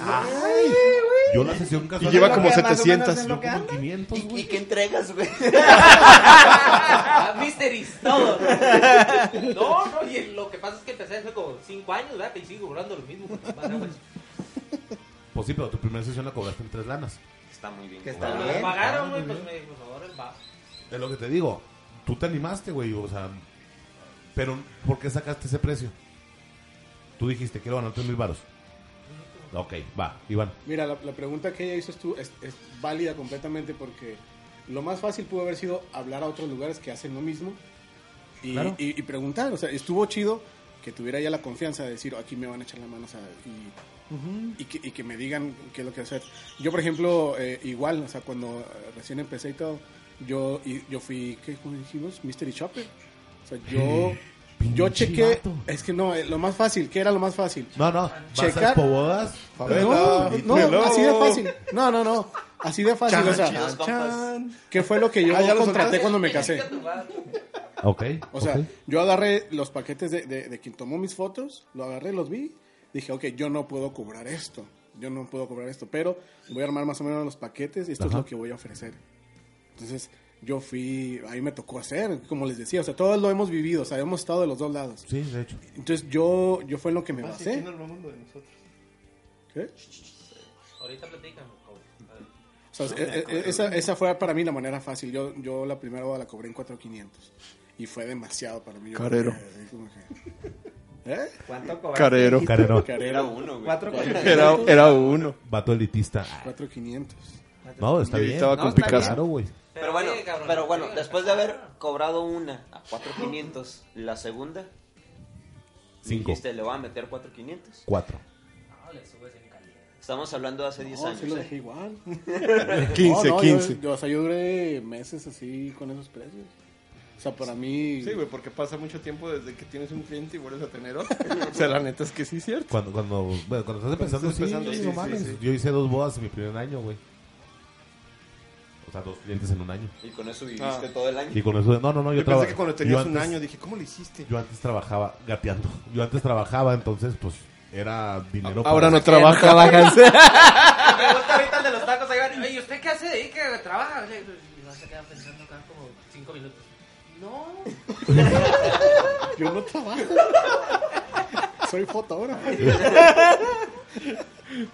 Speaker 1: Yo la sesión casual.
Speaker 4: Y lleva
Speaker 1: la-
Speaker 4: como
Speaker 6: Más o menos
Speaker 4: 700.
Speaker 6: en
Speaker 1: yo
Speaker 6: lo que
Speaker 1: como
Speaker 6: anda.
Speaker 1: 500,
Speaker 3: ¿Y, y
Speaker 1: güey.
Speaker 3: qué entregas, güey?
Speaker 5: Ah, Mysteries, todo. No, no, y lo que pasa es que empecé hace como 5 años, ¿verdad? Y sigo cobrando lo mismo. Me
Speaker 1: Pues sí, pero tu primera sesión la cobraste en tres lanas.
Speaker 3: Está muy bien.
Speaker 6: Que
Speaker 3: cobrado.
Speaker 6: está bien.
Speaker 5: pagaron, güey, pues me por favor, el va.
Speaker 1: Es lo que te digo. Tú te animaste, güey. O sea, pero ¿por qué sacaste ese precio? Tú dijiste, quiero ganar 3 mil baros. Ok, va, Iván.
Speaker 2: Mira, la, la pregunta que ella hizo es, tú- es- es válida completamente porque lo más fácil pudo haber sido hablar a otros lugares que hacen lo mismo y,
Speaker 1: Claro.
Speaker 2: y- y preguntar. O sea, estuvo chido que tuviera ya la confianza de decir, aquí me van a echar la mano, o sea, y, y que, y que me digan qué es lo que hacer. Yo, por ejemplo, eh, igual, o sea, cuando eh, recién empecé y todo, yo, y- yo fui, ¿qué ¿Cómo dijimos? Mystery Shopper. O sea, yo, yo
Speaker 1: Pinche
Speaker 2: chequé,
Speaker 1: vato.
Speaker 2: es que no, eh, lo más fácil, ¿qué era lo más fácil?
Speaker 1: No, no, vas a
Speaker 2: Checar. Ah.
Speaker 1: Expobodas.
Speaker 2: No, no,
Speaker 4: Hello.
Speaker 2: así de fácil. No, no, no. Así de fácil. o sea,
Speaker 3: chido.
Speaker 2: ¿qué fue lo que yo
Speaker 4: Ah, ya lo
Speaker 2: contraté
Speaker 4: soltaste.
Speaker 2: cuando me casé?
Speaker 1: Ok.
Speaker 2: O sea,
Speaker 1: ok.
Speaker 2: yo agarré los paquetes de, de, de quien tomó mis fotos, lo agarré, los vi. Dije, ok, yo no puedo cobrar esto. Yo no puedo cobrar esto, pero voy a armar más o menos los paquetes y esto
Speaker 1: Ajá.
Speaker 2: es lo que voy a ofrecer. Entonces, yo fui, ahí me tocó hacer, como les decía, o sea, todos lo hemos vivido, o sea, hemos estado de los dos lados.
Speaker 1: Sí, de hecho.
Speaker 2: Entonces, yo, yo fue en lo que me
Speaker 4: Así que
Speaker 2: basé.
Speaker 4: Ah, no hablamos lo de nosotros.
Speaker 2: ¿Qué?
Speaker 5: Ahorita platican, güey. A ver.
Speaker 2: O sea, e- e- esa, esa fue para mí la manera fácil. Yo, yo la primera boda la cobré en 4,500. Y fue demasiado para mí. Yo
Speaker 4: Carero.
Speaker 2: creo que- como que- ¿Eh?
Speaker 6: ¿Cuánto cobraste?
Speaker 4: Carero.
Speaker 1: Carero,
Speaker 3: Era
Speaker 2: Carero.
Speaker 3: uno, güey.
Speaker 6: Cuatro con-
Speaker 4: Era, era uno.
Speaker 1: vato elitista.
Speaker 2: 4,500.
Speaker 1: No, está
Speaker 4: Yo
Speaker 1: bien.
Speaker 4: estaba
Speaker 1: No,
Speaker 4: con
Speaker 1: está
Speaker 4: Picasso.
Speaker 1: Claro, güey.
Speaker 3: Pero bueno,
Speaker 5: sí, cabrón,
Speaker 3: pero bueno,
Speaker 5: sí,
Speaker 3: después de haber cobrado una a 4500, la segunda,
Speaker 1: Cinco.
Speaker 3: dijiste, le voy a meter 4500.
Speaker 1: Cuatro.
Speaker 5: No, le subes en calidad.
Speaker 3: Estamos hablando de hace 10
Speaker 2: No,
Speaker 3: años.
Speaker 2: sí lo
Speaker 3: ¿eh?
Speaker 2: dejé igual.
Speaker 4: 15,
Speaker 2: No, no, yo-
Speaker 4: 15.
Speaker 2: yo- o sea, yo duré meses así con esos precios. O sea, para mí...
Speaker 4: Sí, güey, porque pasa mucho tiempo desde que tienes un cliente y vuelves a tener otro. O sea, la neta es que sí es cierto.
Speaker 1: Cuando, cuando, bueno, cuando estás
Speaker 4: Cuando
Speaker 1: empezando,
Speaker 4: estás
Speaker 1: sí,
Speaker 4: empezando,
Speaker 1: sí,
Speaker 4: sí,
Speaker 1: no
Speaker 4: sí,
Speaker 1: mames.
Speaker 4: sí.
Speaker 1: Yo hice dos bodas en mi primer año, güey. O sea, dos clientes en un año.
Speaker 3: Y con eso viviste
Speaker 4: Ah.
Speaker 3: todo el año.
Speaker 1: Y con eso, no, no, no, yo,
Speaker 4: Yo
Speaker 1: traba-
Speaker 4: pensé que cuando tenías
Speaker 1: yo
Speaker 4: un
Speaker 1: antes-
Speaker 4: año dije, ¿cómo lo hiciste?
Speaker 1: Yo antes trabajaba gateando. Yo antes trabajaba, entonces, pues, era dinero
Speaker 4: Ahora no
Speaker 1: para...
Speaker 4: trabaja.
Speaker 6: trabajas.
Speaker 5: Me pregunta ahorita el de los tacos, ahí van, oye, ¿usted qué hace de ahí que trabaja? O sea, Y vas a quedar pensando acá como cinco minutos. No,
Speaker 2: Yo no trabajo. Soy fotógrafo.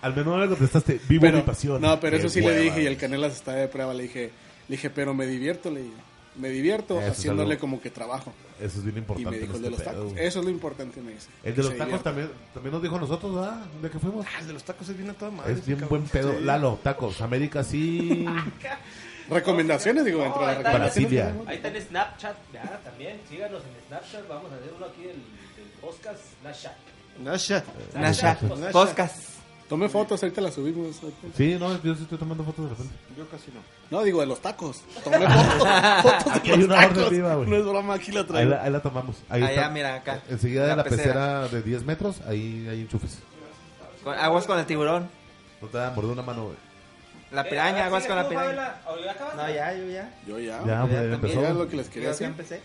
Speaker 1: Al menos no le contestaste, vivo
Speaker 2: Pero-
Speaker 1: mi pasión.
Speaker 2: No, pero eso
Speaker 1: Qué
Speaker 2: sí
Speaker 1: hueva.
Speaker 2: le dije y el Canelas está de prueba. Le dije, le dije, pero me divierto, le dije. Me divierto
Speaker 1: Eso es
Speaker 2: haciéndole
Speaker 1: algo
Speaker 2: como que trabajo.
Speaker 1: Eso es bien
Speaker 2: Y me
Speaker 1: importante.
Speaker 2: dijo el
Speaker 1: en
Speaker 2: de
Speaker 1: este
Speaker 2: los
Speaker 1: pedo.
Speaker 2: tacos. Eso es lo importante, me dice.
Speaker 1: El de los
Speaker 2: Se
Speaker 1: tacos
Speaker 2: divierte.
Speaker 1: también, también nos dijo a nosotros, ¿verdad? ¿De qué fuimos?
Speaker 4: Ah, el de los tacos es bien a toda madre.
Speaker 1: Es
Speaker 4: ese
Speaker 1: bien
Speaker 4: cabrón.
Speaker 1: buen pedo. Lalo, tacos. América sí.
Speaker 2: Recomendaciones, digo,
Speaker 5: No,
Speaker 2: entre
Speaker 5: ahí
Speaker 2: las
Speaker 5: está.
Speaker 2: recomendaciones.
Speaker 1: Brasilia.
Speaker 2: tenemos-
Speaker 5: ahí está en Snapchat, ya, también, síganos en Snapchat, vamos a hacer uno aquí del, del podcast, la chat.
Speaker 4: Nasha.
Speaker 6: Nasha,
Speaker 5: Nasha.
Speaker 6: podcast.
Speaker 2: Tome fotos, ahorita las subimos.
Speaker 1: Sí, no, yo sí estoy tomando fotos de repente.
Speaker 4: Yo casi no.
Speaker 2: No, digo, de los tacos. Tome fotos. fotos
Speaker 1: Aquí
Speaker 2: de
Speaker 1: hay
Speaker 2: los
Speaker 1: una
Speaker 2: tacos.
Speaker 1: orden viva, güey.
Speaker 2: No es broma, aquí la
Speaker 1: Ahí
Speaker 2: traigo.
Speaker 1: la, ahí la tomamos. Ahí
Speaker 6: Allá,
Speaker 1: está.
Speaker 6: mira, acá.
Speaker 1: Enseguida de
Speaker 6: La
Speaker 1: la pecera. de 10 metros, ahí hay enchufes.
Speaker 6: Con- aguas con el tiburón.
Speaker 1: No te va a morder una mano, güey.
Speaker 6: La
Speaker 5: Eh, ah,
Speaker 6: piraña, aguas con la piraña. No,
Speaker 5: No, ya.
Speaker 6: ya, yo ya.
Speaker 2: Yo Ah, ya.
Speaker 1: Ya, güey,
Speaker 6: ya también.
Speaker 1: empezó.
Speaker 2: Era lo que les quería
Speaker 6: Yo ya
Speaker 2: decir.
Speaker 6: empecé.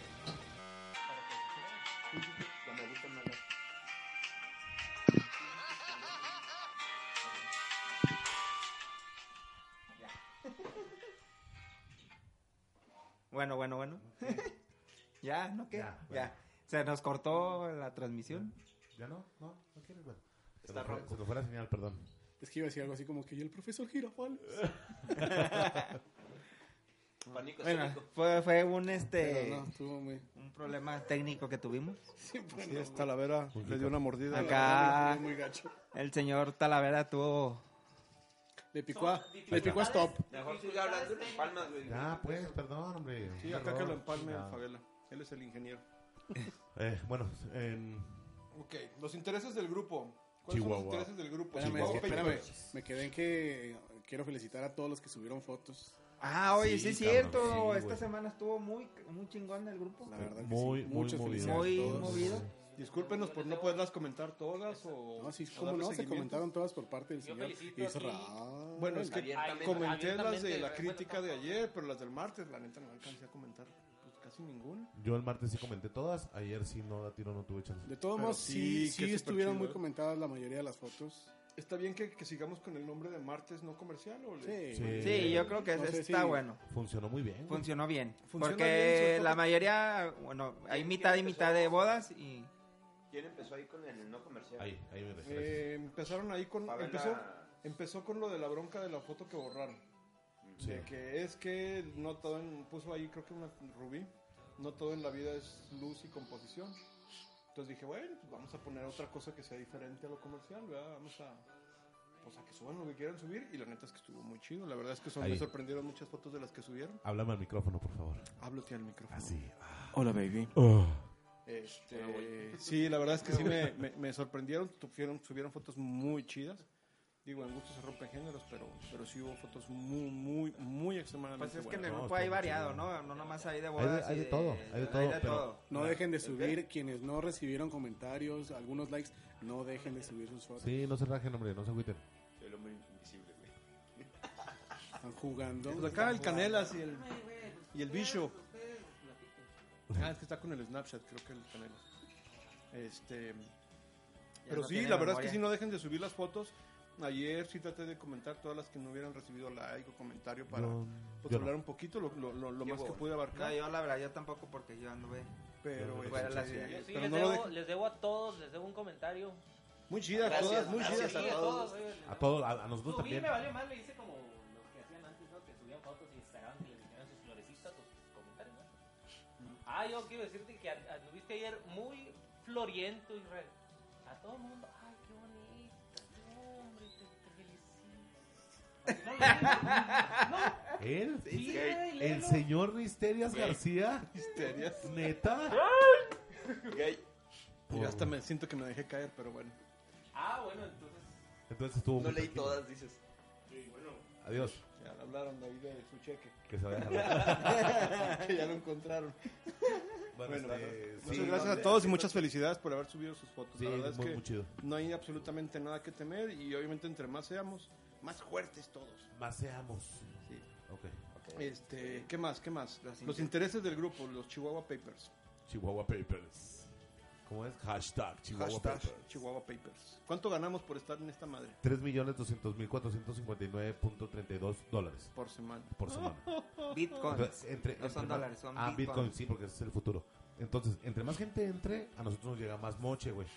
Speaker 6: Bueno, bueno, bueno. ya, ¿no qué? Ya,
Speaker 1: Ya, bueno.
Speaker 6: Se nos cortó la transmisión.
Speaker 1: ¿Ya no? ¿No? ¿No quieres, güey? Se
Speaker 6: Está
Speaker 1: nos fue-
Speaker 6: ronco.
Speaker 1: se nos fue la señal, perdón.
Speaker 2: Es que iba a decir algo así como que yo el profesor Girafales.
Speaker 3: Pánico
Speaker 6: Bueno,
Speaker 3: escénico.
Speaker 6: fue, fue un este
Speaker 2: Pero no, estuvo muy...
Speaker 6: un problema técnico que tuvimos.
Speaker 2: Sí, bueno,
Speaker 4: Sí, es Talavera. Le dio una mordida.
Speaker 6: Acá.
Speaker 2: estuvo Muy gacho.
Speaker 6: El señor Talavera tuvo
Speaker 2: Le picó a, le picó a stop.
Speaker 3: Mejor sigue hablando unas palmas, güey.
Speaker 1: Ya, pues, perdón, hombre.
Speaker 4: Sí,
Speaker 1: Un
Speaker 4: acá
Speaker 1: error.
Speaker 4: que lo empalme
Speaker 1: Ya.
Speaker 4: Favela. Él es el ingeniero.
Speaker 1: Eh, bueno, em,
Speaker 4: Ok, los intereses del grupo. ¿Cuáles son
Speaker 1: Chihuahua.
Speaker 4: los intereses del grupo?
Speaker 2: Espérame,
Speaker 4: Chihuahua,
Speaker 2: espérame.
Speaker 4: Pepe.
Speaker 2: Me quedé en que eh, quiero felicitar a todos los que subieron fotos.
Speaker 6: Ah, oye,
Speaker 1: Sí,
Speaker 6: sí, es
Speaker 1: cabrón,
Speaker 6: cierto.
Speaker 1: sí, güey.
Speaker 6: Esta semana estuvo muy, muy chingón el grupo.
Speaker 2: La verdad que
Speaker 1: Muy,
Speaker 2: sí.
Speaker 1: muy
Speaker 2: Muchas
Speaker 1: movido.
Speaker 2: felicidades a
Speaker 6: Muy
Speaker 2: todos.
Speaker 6: movido.
Speaker 4: Discúlpenos por no poderlas comentar todas o...
Speaker 2: No, sí,
Speaker 4: o
Speaker 2: cómo
Speaker 4: darle
Speaker 2: no, se
Speaker 4: Pues, seguimiento.
Speaker 2: comentaron todas por parte del
Speaker 5: Yo
Speaker 2: señor
Speaker 5: felicito aquí.
Speaker 2: Israel.
Speaker 4: Bueno, es que
Speaker 5: Abiertamente.
Speaker 4: comenté las de la
Speaker 5: Abiertamente,
Speaker 4: crítica de
Speaker 5: bueno,
Speaker 4: ayer, pero las del martes, la neta, no alcancé a comentar pues, casi ninguna.
Speaker 1: yo el martes sí comenté todas. Ayer sí no la tiro, no tuve chance.
Speaker 2: De todos
Speaker 4: Pero
Speaker 2: modos, sí,
Speaker 4: sí, que
Speaker 2: sí
Speaker 4: es
Speaker 2: estuvieron
Speaker 4: superchido,
Speaker 2: muy
Speaker 4: ¿eh?
Speaker 2: comentadas la mayoría de las fotos.
Speaker 4: ¿Está bien que, que sigamos con el nombre de martes no comercial o le...
Speaker 2: Sí.
Speaker 1: Sí.
Speaker 2: eh,
Speaker 6: Sí, yo creo que
Speaker 2: No sé
Speaker 6: está
Speaker 2: si-
Speaker 6: bueno.
Speaker 1: Funcionó muy bien. güey.
Speaker 6: Funcionó bien.
Speaker 4: Funciona
Speaker 6: porque
Speaker 4: bien, sobre
Speaker 6: la
Speaker 4: todo-
Speaker 6: mayoría, bueno, hay mitad y mitad de bodas y...
Speaker 3: ¿Quién empezó ahí con el no comercial?
Speaker 1: Ahí, ahí me ves, gracias.
Speaker 4: Eh, empezaron ahí con...
Speaker 3: Favela-
Speaker 4: Empezó, empezó con lo de la bronca de la foto que borraron.
Speaker 1: Sí.
Speaker 4: De que es que no todo en, puso ahí creo que una rubí, no todo en la vida es luz y composición. Entonces dije, bueno, pues vamos a poner otra cosa que sea diferente a lo comercial, ¿verdad? Vamos a pues a que suban lo que quieran subir y la neta es que estuvo muy chido. La verdad es que son, me
Speaker 1: Ahí.
Speaker 4: sorprendieron muchas fotos de las que subieron.
Speaker 1: Háblame al micrófono, por favor.
Speaker 4: Háblate al micrófono.
Speaker 1: Así. ah.
Speaker 4: Hola, baby.
Speaker 1: Oh.
Speaker 4: Este, sí, la verdad es que sí me, me- me sorprendieron. Tuvieron, subieron fotos muy chidas. Digo, en gusto se rompen géneros, pero, pero sí hubo fotos muy, muy, muy extremadamente
Speaker 6: Pues es que en
Speaker 4: buenas.
Speaker 6: el
Speaker 1: no,
Speaker 6: grupo
Speaker 1: está
Speaker 6: hay
Speaker 1: muy
Speaker 6: variado,
Speaker 1: chido.
Speaker 6: ¿no? No nomás hay de
Speaker 1: Hay de-
Speaker 6: bodas.
Speaker 1: hay
Speaker 6: y
Speaker 1: de todo, hay de todo, pero-
Speaker 2: No
Speaker 4: Ah,
Speaker 2: dejen de subir quienes no recibieron comentarios, algunos likes, no dejen de subir sus fotos.
Speaker 1: Sí, no se rajen, hombre, no se agüiten.
Speaker 3: El hombre invisible, güey.
Speaker 2: Están jugando.
Speaker 4: Pues acá el Canelas y el, y el Bicho. Ah, es que está con el Snapchat, creo que el Canelas. Este, pero
Speaker 6: no
Speaker 4: sí,
Speaker 6: tiene
Speaker 4: la verdad es
Speaker 6: memoria.
Speaker 4: que sí, no dejen de subir las fotos. Ayer sí traté de comentar todas las que no hubieran recibido like o comentario para
Speaker 1: Yo-
Speaker 4: pues,
Speaker 1: yo no.
Speaker 4: hablar un poquito, lo, lo- lo- lo
Speaker 6: Qué
Speaker 4: más que
Speaker 6: bueno.
Speaker 4: pude abarcar.
Speaker 6: No, yo la verdad, yo tampoco porque yo ando, güey.
Speaker 4: Pero,
Speaker 1: Yo-
Speaker 6: fuera
Speaker 4: este,
Speaker 6: la ciudad.
Speaker 5: Sí,
Speaker 4: pero
Speaker 5: les,
Speaker 4: no lo
Speaker 5: debo,
Speaker 4: dejen-
Speaker 5: les debo a todos, les debo un comentario.
Speaker 4: Muy chidas
Speaker 3: Gracias,
Speaker 4: todas, muy
Speaker 3: gracias
Speaker 4: chidas.
Speaker 5: Sí, a todos. oye,
Speaker 1: A todos, a, a nosotros Pues
Speaker 5: Subí,
Speaker 1: también.
Speaker 5: me valió mal, le hice como lo que hacían antes, ¿no? Que subían fotos y destacaban que les dijeran sus florecitas, sus comentarios, ¿no? Ah, yo quiero decirte que an- anduviste ayer muy floriento, Israel. A todo el mundo, ay, qué bonito, no, hombre, te, te felicito. No, no,
Speaker 1: Él,
Speaker 5: sí,
Speaker 3: gay.
Speaker 5: güey, léelo.
Speaker 1: el señor Misterias
Speaker 3: Sí.
Speaker 1: García,
Speaker 4: Histerias.
Speaker 1: neta.
Speaker 3: Gay.
Speaker 4: Yo hasta me siento que me dejé caer, pero bueno.
Speaker 5: Ah, bueno, entonces.
Speaker 1: Entonces estuvo
Speaker 3: No
Speaker 1: muy
Speaker 3: leí
Speaker 1: tranquilo.
Speaker 3: todas, dices.
Speaker 1: Adiós.
Speaker 4: Ya hablaron David de su cheque.
Speaker 1: Que se vaya.
Speaker 4: que ya lo encontraron.
Speaker 1: bueno, este, sí,
Speaker 4: muchas gracias a todos y muchas felicidades por haber subido sus fotos.
Speaker 1: Sí,
Speaker 4: la verdad
Speaker 1: muy,
Speaker 4: es que
Speaker 1: muy chido.
Speaker 4: no hay absolutamente nada que temer y obviamente entre más seamos, más fuertes todos.
Speaker 1: Maceamos.
Speaker 4: Sí.
Speaker 1: Ok.
Speaker 3: Ok.
Speaker 4: Este, ¿Qué más? ¿Qué más?
Speaker 6: Los
Speaker 4: Los intereses del grupo, los Chihuahua Papers.
Speaker 1: Chihuahua Papers. ¿Cómo es? Hashtag Chihuahua
Speaker 4: Hashtag
Speaker 1: Papers.
Speaker 4: Chihuahua Papers. ¿Cuánto ganamos por estar en esta madre
Speaker 1: 3.200.459.32 dólares
Speaker 4: por semana?
Speaker 1: por semana.
Speaker 6: Bitcoins.
Speaker 1: Entonces, entre,
Speaker 6: Oh, no son
Speaker 1: entre más-
Speaker 6: dólares, son
Speaker 1: ah,
Speaker 6: bitcoins.
Speaker 1: Bitcoin, sí, porque ese es el futuro. Entonces, entre más gente entre, a nosotros nos llega más moche, güey.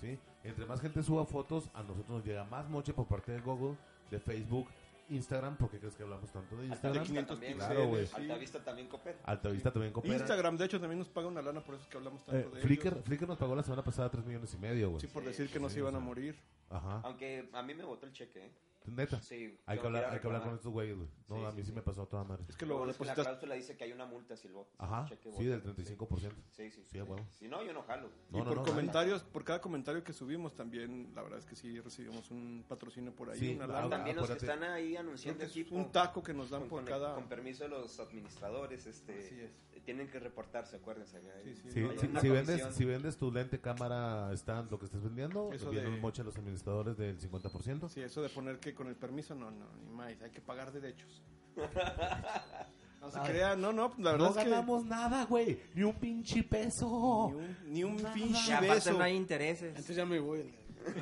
Speaker 1: ¿Sí? Entre más gente suba fotos, a nosotros nos llega más moche por parte de Google, de Facebook, Instagram. ¿Por qué crees que hablamos tanto de
Speaker 4: De
Speaker 1: Instagram?
Speaker 4: 500
Speaker 3: también,
Speaker 4: píxeles.
Speaker 1: claro, güey.
Speaker 4: sí.
Speaker 3: Altavista también coopera.
Speaker 1: Altavista también coopera.
Speaker 4: Instagram, de hecho, también nos paga una lana, por eso es que hablamos
Speaker 1: Eh,
Speaker 4: tanto de
Speaker 1: Flickr,
Speaker 4: ellos.
Speaker 1: Flickr nos pagó la semana pasada 3 millones y medio, güey.
Speaker 4: Sí, Ah, por decir que no
Speaker 1: sí,
Speaker 4: se iban
Speaker 1: o
Speaker 4: a
Speaker 1: sea.
Speaker 4: morir.
Speaker 1: Ajá.
Speaker 3: Aunque a mí me botó el cheque, ¿eh?
Speaker 1: Neta.
Speaker 3: Sí,
Speaker 1: hay,
Speaker 3: tengo
Speaker 1: que hablar,
Speaker 3: que ir a
Speaker 1: hay que hablar
Speaker 3: reclamar.
Speaker 1: con estos güeyes, güey. No,
Speaker 3: Sí,
Speaker 1: a
Speaker 3: sí,
Speaker 1: mí sí,
Speaker 3: sí.
Speaker 1: me pasó a toda madre.
Speaker 4: Es que
Speaker 3: Lo
Speaker 4: lo
Speaker 3: bueno es que la
Speaker 4: depositas.
Speaker 3: cláusula dice que hay una multa si lo botas.
Speaker 1: Ajá.
Speaker 3: el cheque
Speaker 1: Sí, del
Speaker 3: bota.
Speaker 1: 35%.
Speaker 3: Sí, sí.
Speaker 1: Sí, a huevo.
Speaker 3: Si no, yo no jalo.
Speaker 1: No,
Speaker 4: y
Speaker 1: no,
Speaker 4: por
Speaker 1: no,
Speaker 4: comentarios, por cada comentario que subimos también, la verdad es que sí recibimos un patrocinio por ahí,
Speaker 1: Sí,
Speaker 4: una
Speaker 1: ah,
Speaker 4: lana.
Speaker 3: También los que
Speaker 1: acuérdate.
Speaker 3: están ahí
Speaker 4: Creo
Speaker 3: anunciando
Speaker 4: que es
Speaker 3: equipo.
Speaker 4: un taco que nos dan
Speaker 3: con,
Speaker 4: por
Speaker 3: con-
Speaker 4: cada...
Speaker 3: con permiso de los administradores, este,
Speaker 4: Así es.
Speaker 3: eh, tienen que reportarse, acuérdense. que hay-
Speaker 4: Sí, sí.
Speaker 1: Sí,
Speaker 4: No,
Speaker 1: si,
Speaker 4: no,
Speaker 1: si
Speaker 3: no.
Speaker 1: vendes,
Speaker 3: Comisión.
Speaker 1: si vendes tu lente, cámara, stand, lo que estés vendiendo,
Speaker 4: Eso
Speaker 1: te viene
Speaker 4: de-
Speaker 1: un moche a los administradores del 50%.
Speaker 4: Sí, eso de poner que con el permiso, no, no, ni más, hay que pagar derechos. No se crea, no, no, la verdad
Speaker 1: no
Speaker 4: es que
Speaker 1: ganamos nada, güey. Ni un pinche peso.
Speaker 4: ni un, ni un pinche
Speaker 6: Y aparte
Speaker 4: beso.
Speaker 6: no hay intereses.
Speaker 2: Entonces ya me voy. Yo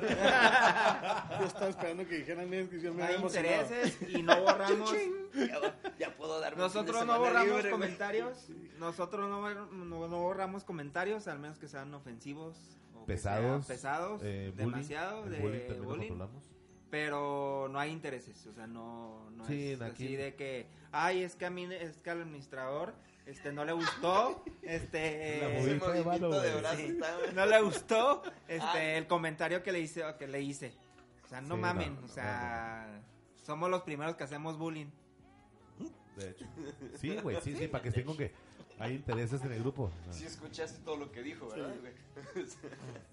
Speaker 2: estaba esperando que dijeran es que yo me
Speaker 6: No hay
Speaker 2: había emocionado.
Speaker 6: intereses y no borramos.
Speaker 3: Ya, ya puedo darme un fin de
Speaker 6: Nosotros no
Speaker 3: semana
Speaker 6: borramos
Speaker 3: libre, güey.
Speaker 6: comentarios. Nosotros no, bor- no- no borramos comentarios, al menos que sean ofensivos. o que
Speaker 1: Pesados.
Speaker 6: sean pesados.
Speaker 1: eh, bullying.
Speaker 6: demasiado.
Speaker 1: El
Speaker 6: de
Speaker 1: bullying también lo
Speaker 6: bullying.
Speaker 1: controlamos.
Speaker 6: pero no hay intereses, o sea, no, no
Speaker 1: Sí,
Speaker 6: es
Speaker 1: de aquí-
Speaker 6: así de que, ay, es que a mí, es que al administrador, este, no le gustó, este,
Speaker 1: La
Speaker 3: Ese
Speaker 1: movida. Movimiento de
Speaker 3: movimiento
Speaker 1: mano,
Speaker 3: de
Speaker 1: güey.
Speaker 3: brazo está-
Speaker 6: no le gustó, este,
Speaker 3: Ay.
Speaker 6: el comentario que le hice, que le hice, o sea, no
Speaker 1: Sí,
Speaker 6: mamen,
Speaker 1: no,
Speaker 6: o sea, somos los primeros que hacemos bullying,
Speaker 1: De hecho. Sí, güey, sí, sí, para que estén con que hay intereses en el grupo. Ah.
Speaker 3: Sí escuchaste todo lo que dijo, ¿verdad? güey?
Speaker 1: Pues,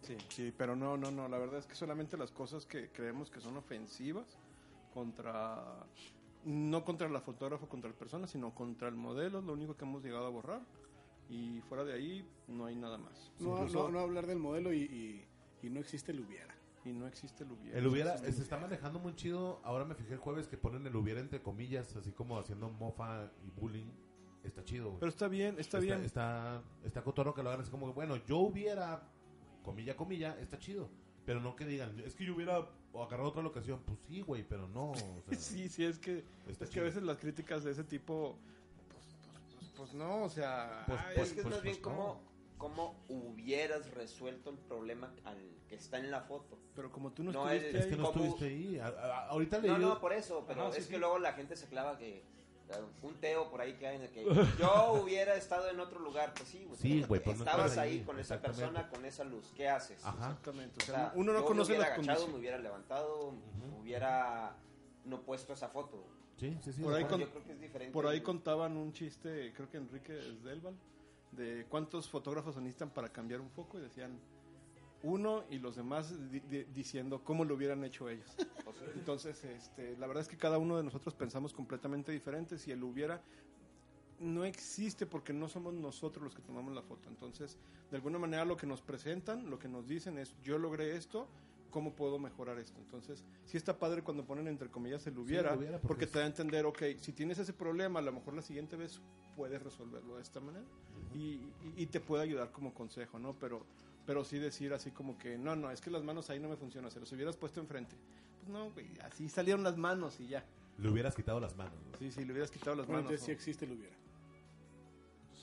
Speaker 4: Sí, sí, pero no, no, no, la verdad es que solamente las cosas que creemos que son ofensivas contra, no contra la fotógrafa, contra la persona, sino contra el modelo, es lo único que hemos llegado a borrar. Y fuera de ahí no hay nada más.
Speaker 2: No,
Speaker 4: Incluso-
Speaker 2: no, no hablar del modelo y, y, y no existe el hubiera.
Speaker 4: Y no existe el hubiera.
Speaker 1: El hubiera se está manejando muy chido. Ahora me fijé el jueves que ponen el hubiera entre comillas, así como haciendo mofa y bullying. Está chido, güey.
Speaker 4: Pero está bien, está, bien.
Speaker 1: Está, está cotorro que lo hagan. Es como, bueno, yo hubiera, comilla, comilla, está chido. Pero no que digan, es que yo hubiera agarrado otra locación. Pues sí, güey, pero no. o sea,
Speaker 4: Sí, sí, es que,
Speaker 1: Está
Speaker 4: es que a
Speaker 1: chido.
Speaker 4: veces las críticas de ese tipo, pues, pues, pues, pues no, o sea...
Speaker 1: Pues,
Speaker 4: ay,
Speaker 1: pues,
Speaker 3: es que es
Speaker 1: pues,
Speaker 3: más bien
Speaker 1: pues,
Speaker 3: como, como hubieras resuelto el problema al que está en la foto.
Speaker 4: Pero como tú no,
Speaker 3: No,
Speaker 4: estuviste
Speaker 3: el-
Speaker 1: es que
Speaker 4: ahí, pues,
Speaker 1: no
Speaker 3: ¿Cómo?
Speaker 1: estuviste ahí. A- a- ahorita leí.
Speaker 3: No, no, por eso, pero
Speaker 4: Ajá, sí,
Speaker 3: es que
Speaker 4: sí.
Speaker 3: luego la gente se clava que eh, un teo por ahí que hay en el que yo hubiera estado en otro lugar, pues sí, güey.
Speaker 1: Sí, güey, pues no
Speaker 3: estabas
Speaker 1: estabas
Speaker 3: ahí
Speaker 1: ahí,
Speaker 3: con esa
Speaker 1: exactamente.
Speaker 3: persona, con esa luz, ¿qué
Speaker 4: pues,
Speaker 3: haces?
Speaker 1: Ajá.
Speaker 4: Exactamente, o
Speaker 3: O
Speaker 4: sea,
Speaker 3: sea,
Speaker 4: uno
Speaker 3: yo
Speaker 4: no
Speaker 3: me
Speaker 4: conoce
Speaker 3: hubiera
Speaker 4: las
Speaker 3: agachado,
Speaker 4: condiciones.
Speaker 3: me hubiera levantado, me hubiera no puesto esa foto.
Speaker 1: Sí, sí, sí.
Speaker 4: Por ahí
Speaker 1: ajá.
Speaker 4: con-
Speaker 3: yo creo que es diferente.
Speaker 4: Por ahí contaban un chiste, creo que Enrique Esdelval, de cuántos fotógrafos se necesitan para cambiar un foco y decían uno y los demás di- di- diciendo cómo lo hubieran hecho ellos.
Speaker 3: Pues,
Speaker 4: Entonces, este, la verdad es que cada uno de nosotros pensamos completamente diferente. Si él hubiera, no existe porque no somos nosotros los que tomamos la foto. Entonces, de alguna manera lo que nos presentan, lo que nos dicen es yo logré esto. ¿Cómo puedo mejorar esto? Entonces, sí está padre cuando ponen entre comillas el hubiera,
Speaker 1: el hubiera,
Speaker 4: porque,
Speaker 1: porque es-
Speaker 4: te da a entender, ok, si tienes ese problema, a lo mejor la siguiente vez puedes resolverlo de esta manera y, y- y te puede ayudar como consejo, ¿no? Pero, pero sí decir así como que, no, no, es que las manos ahí no me funcionan, se los hubieras puesto enfrente. Pues no, güey, así salieron las manos y ya.
Speaker 1: Le hubieras quitado las manos. güey.
Speaker 4: Sí, sí, le hubieras quitado las
Speaker 2: Bueno,
Speaker 4: manos.
Speaker 2: entonces sí
Speaker 4: ¿no?
Speaker 2: existe el hubiera.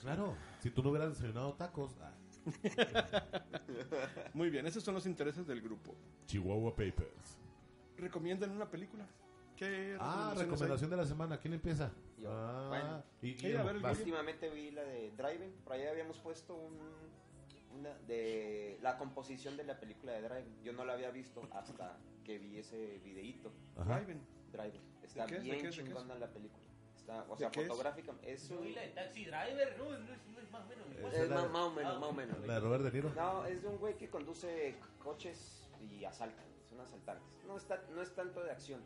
Speaker 1: Claro. Si tú no hubieras desayunado tacos. ah,
Speaker 4: Muy bien, esos son los intereses del grupo.
Speaker 1: Chihuahua Papers.
Speaker 4: Recomiendan una película. ¿Qué
Speaker 1: Ah,
Speaker 4: recomendaciones hay?
Speaker 1: recomendación de la semana. ¿Quién empieza?
Speaker 3: Yo.
Speaker 1: Ah,
Speaker 3: Bueno.
Speaker 1: y,
Speaker 4: Sí, a ver, el
Speaker 1: vas.
Speaker 3: últimamente vi la de Driven, por ahí habíamos puesto un- una de la composición de la película de Driven. Yo no la había visto hasta que vi ese videíto.
Speaker 1: Ajá.
Speaker 4: Driven.
Speaker 3: Driver. Está
Speaker 4: qué es? ¿De qué
Speaker 3: bien
Speaker 4: es? ¿De qué es?
Speaker 3: chingona la película. Está, o sea,
Speaker 4: qué es?
Speaker 3: fotográfica. Es,
Speaker 5: Yo
Speaker 3: un-
Speaker 5: vi la de Taxi Driver, no, no es, no es más o menos igual.
Speaker 1: Esa
Speaker 3: es
Speaker 1: es la
Speaker 3: más,
Speaker 1: de-
Speaker 3: más o menos,
Speaker 5: Ah,
Speaker 3: más o menos.
Speaker 1: La de Robert De Niro.
Speaker 3: No, es de un güey que conduce coches y asalta. Son asaltantes. No, está, no es tanto de acción,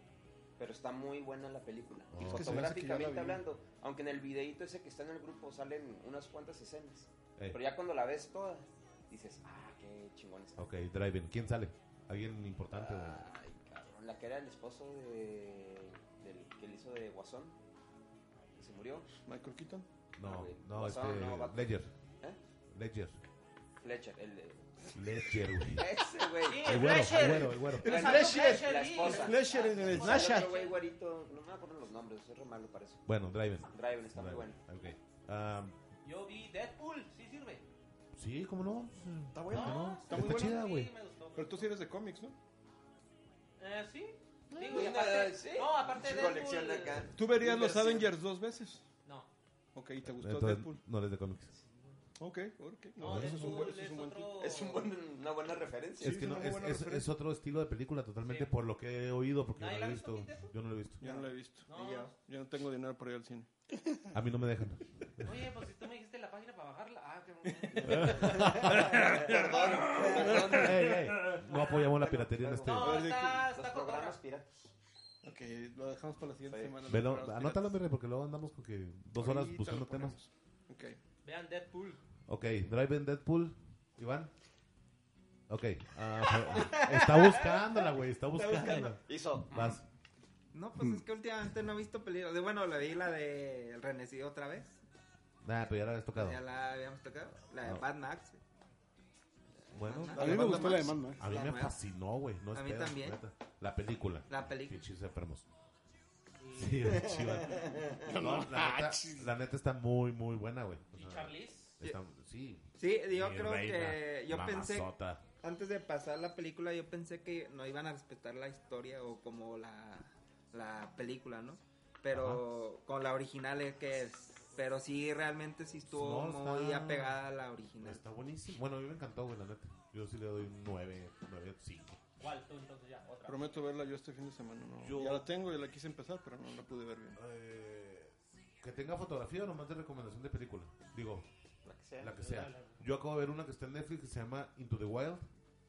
Speaker 3: pero está muy buena la película.
Speaker 1: Oh.
Speaker 3: Y
Speaker 1: Es que
Speaker 4: se me hace Ah. que ya la
Speaker 3: fotográficamente
Speaker 4: vi.
Speaker 3: hablando, aunque en el videíto ese que está en el grupo salen unas cuantas escenas.
Speaker 1: Eh,
Speaker 3: Pero ya cuando la ves toda, dices, ah, qué chingón está.
Speaker 1: Ok, Driven. ¿Quién sale? ¿Alguien
Speaker 4: Ah,
Speaker 1: importante? güey?
Speaker 3: Ay, cabrón, la que era el esposo de, del que le hizo de Guasón. se murió.
Speaker 4: Michael Keaton.
Speaker 3: Ah,
Speaker 1: No,
Speaker 3: güey.
Speaker 1: no, este.
Speaker 3: Basado, no, va-
Speaker 1: Ledger.
Speaker 3: ¿Eh?
Speaker 1: Ledger.
Speaker 3: Fletcher, el de...
Speaker 1: Ledger, güey.
Speaker 3: Ese, güey.
Speaker 5: Sí,
Speaker 1: El güero, el
Speaker 5: Fletcher.
Speaker 1: güero, el güero.
Speaker 5: Exacto,
Speaker 4: Fletcher,
Speaker 5: Fletcher,
Speaker 3: la
Speaker 5: sí.
Speaker 3: esposa.
Speaker 4: Fletcher en el
Speaker 3: O sea, el
Speaker 4: Snapchat.
Speaker 3: otro güey güerito, no me acuerdo los nombres, soy re malo para eso.
Speaker 1: Bueno, Driven.
Speaker 3: Driven está muy bueno.
Speaker 1: Driven, Ok. Ah,
Speaker 5: Yo vi Deadpool, sí sirve.
Speaker 1: sí, ¿cómo no? Está
Speaker 4: bueno.
Speaker 1: ¿no?
Speaker 4: Está
Speaker 1: Está,
Speaker 4: muy bueno.
Speaker 1: chida, güey.
Speaker 5: Sí, me gustó.
Speaker 4: Pero tú sí eres de cómics, ¿no?
Speaker 5: Eh, sí. Digo, y
Speaker 3: Una-
Speaker 5: aparte,
Speaker 3: sí.
Speaker 5: No, aparte
Speaker 3: Su
Speaker 5: de
Speaker 3: colección
Speaker 5: Deadpool,
Speaker 3: acá.
Speaker 4: Tú verías los
Speaker 3: Inversión.
Speaker 4: Avengers dos veces.
Speaker 5: No.
Speaker 4: Ok, ¿y te gustó
Speaker 1: Entonces,
Speaker 4: Deadpool?
Speaker 1: no eres de cómics.
Speaker 4: Ok, ok.
Speaker 5: No,
Speaker 1: eso es un
Speaker 5: Deadpool
Speaker 4: buen-
Speaker 5: es,
Speaker 4: eso es un buen
Speaker 5: otro...
Speaker 3: Es un buen- una buena referencia.
Speaker 1: es que
Speaker 4: es
Speaker 1: no,
Speaker 4: una
Speaker 1: es,
Speaker 4: buena
Speaker 1: es-
Speaker 4: referencia.
Speaker 1: es otro estilo de película totalmente
Speaker 5: Sí.
Speaker 1: por lo que he oído, porque
Speaker 5: ¿Nadie
Speaker 1: yo no
Speaker 5: la
Speaker 1: lo he
Speaker 5: ha
Speaker 1: visto.
Speaker 5: visto, Quinteto?
Speaker 1: Yo no lo he visto.
Speaker 4: Yo no lo he visto.
Speaker 5: No.
Speaker 4: Y ya, ya no tengo dinero para ir al cine.
Speaker 1: A mí no me dejan.
Speaker 5: Oye, pues si tú me dijiste la página para bajarla. Ah, que...
Speaker 3: Perdón, perdón.
Speaker 1: Ey, ey, No apoyamos la piratería en este.
Speaker 5: No,
Speaker 4: Ahora sí
Speaker 5: está,
Speaker 3: Los
Speaker 5: está cotorra.
Speaker 3: programas piratas.
Speaker 4: Ok, lo dejamos para la siguiente
Speaker 3: Sí.
Speaker 4: semana.
Speaker 1: Velo,
Speaker 4: Para los
Speaker 1: anótalo,
Speaker 4: piratas.
Speaker 1: mire, porque luego andamos con que dos horas
Speaker 4: Ahorita
Speaker 1: buscando
Speaker 4: lo
Speaker 1: temas.
Speaker 4: ponemos. Ok.
Speaker 5: Vean Deadpool.
Speaker 1: Ok, Drive en Deadpool, Iván. Ok, ah, está buscándola, güey, está buscándola.
Speaker 3: Hizo.
Speaker 1: Vas.
Speaker 6: No, pues es que últimamente no he visto películas. De- Bueno, la vi la de El Renecido otra vez.
Speaker 1: Nah, pero ya la habías tocado.
Speaker 6: Ya la habíamos tocado. La de
Speaker 1: No.
Speaker 6: Mad Max.
Speaker 1: Bueno,
Speaker 6: A
Speaker 2: A
Speaker 1: a
Speaker 2: mí
Speaker 1: mí,
Speaker 2: me
Speaker 6: Banda
Speaker 2: gustó la ¿eh? de
Speaker 6: Max.
Speaker 2: Mad Max.
Speaker 6: la
Speaker 1: me
Speaker 6: nueva.
Speaker 1: fascinó, güey. No es
Speaker 6: A mí
Speaker 1: pedo,
Speaker 6: también.
Speaker 1: neta. La película.
Speaker 6: La película.
Speaker 1: Pinches enfermos. Sí, de chiva. No, la, neta, la neta está muy, muy buena, güey. O
Speaker 5: Y
Speaker 1: sea,
Speaker 5: Charlize.
Speaker 1: está- sí.
Speaker 6: Sí, yo
Speaker 1: Mi
Speaker 6: creo
Speaker 1: reina,
Speaker 6: que. Yo pensé.
Speaker 1: mamazota.
Speaker 6: Antes de pasar la película, yo pensé que no iban a respetar la historia o como la, la película, ¿no? Pero con la original es que es. Pero sí, realmente sí estuvo
Speaker 1: No,
Speaker 6: muy
Speaker 1: está-
Speaker 6: apegada a la original.
Speaker 1: Está buenísimo. Bueno, a mí me encantó, güey, la neta. Yo sí le doy un 9, 9, 5.
Speaker 5: ¿Cuál? Tú entonces ya, otra.
Speaker 4: Prometo verla yo este fin de semana. No.
Speaker 1: Yo-
Speaker 4: Ya la tengo, ya la quise empezar, pero no la pude ver bien.
Speaker 1: Eh, que tenga fotografía o nomás de recomendación de película. Digo,
Speaker 3: La que sea.
Speaker 1: la que sea. Yo acabo de ver una que está en Netflix que se llama Into the Wild.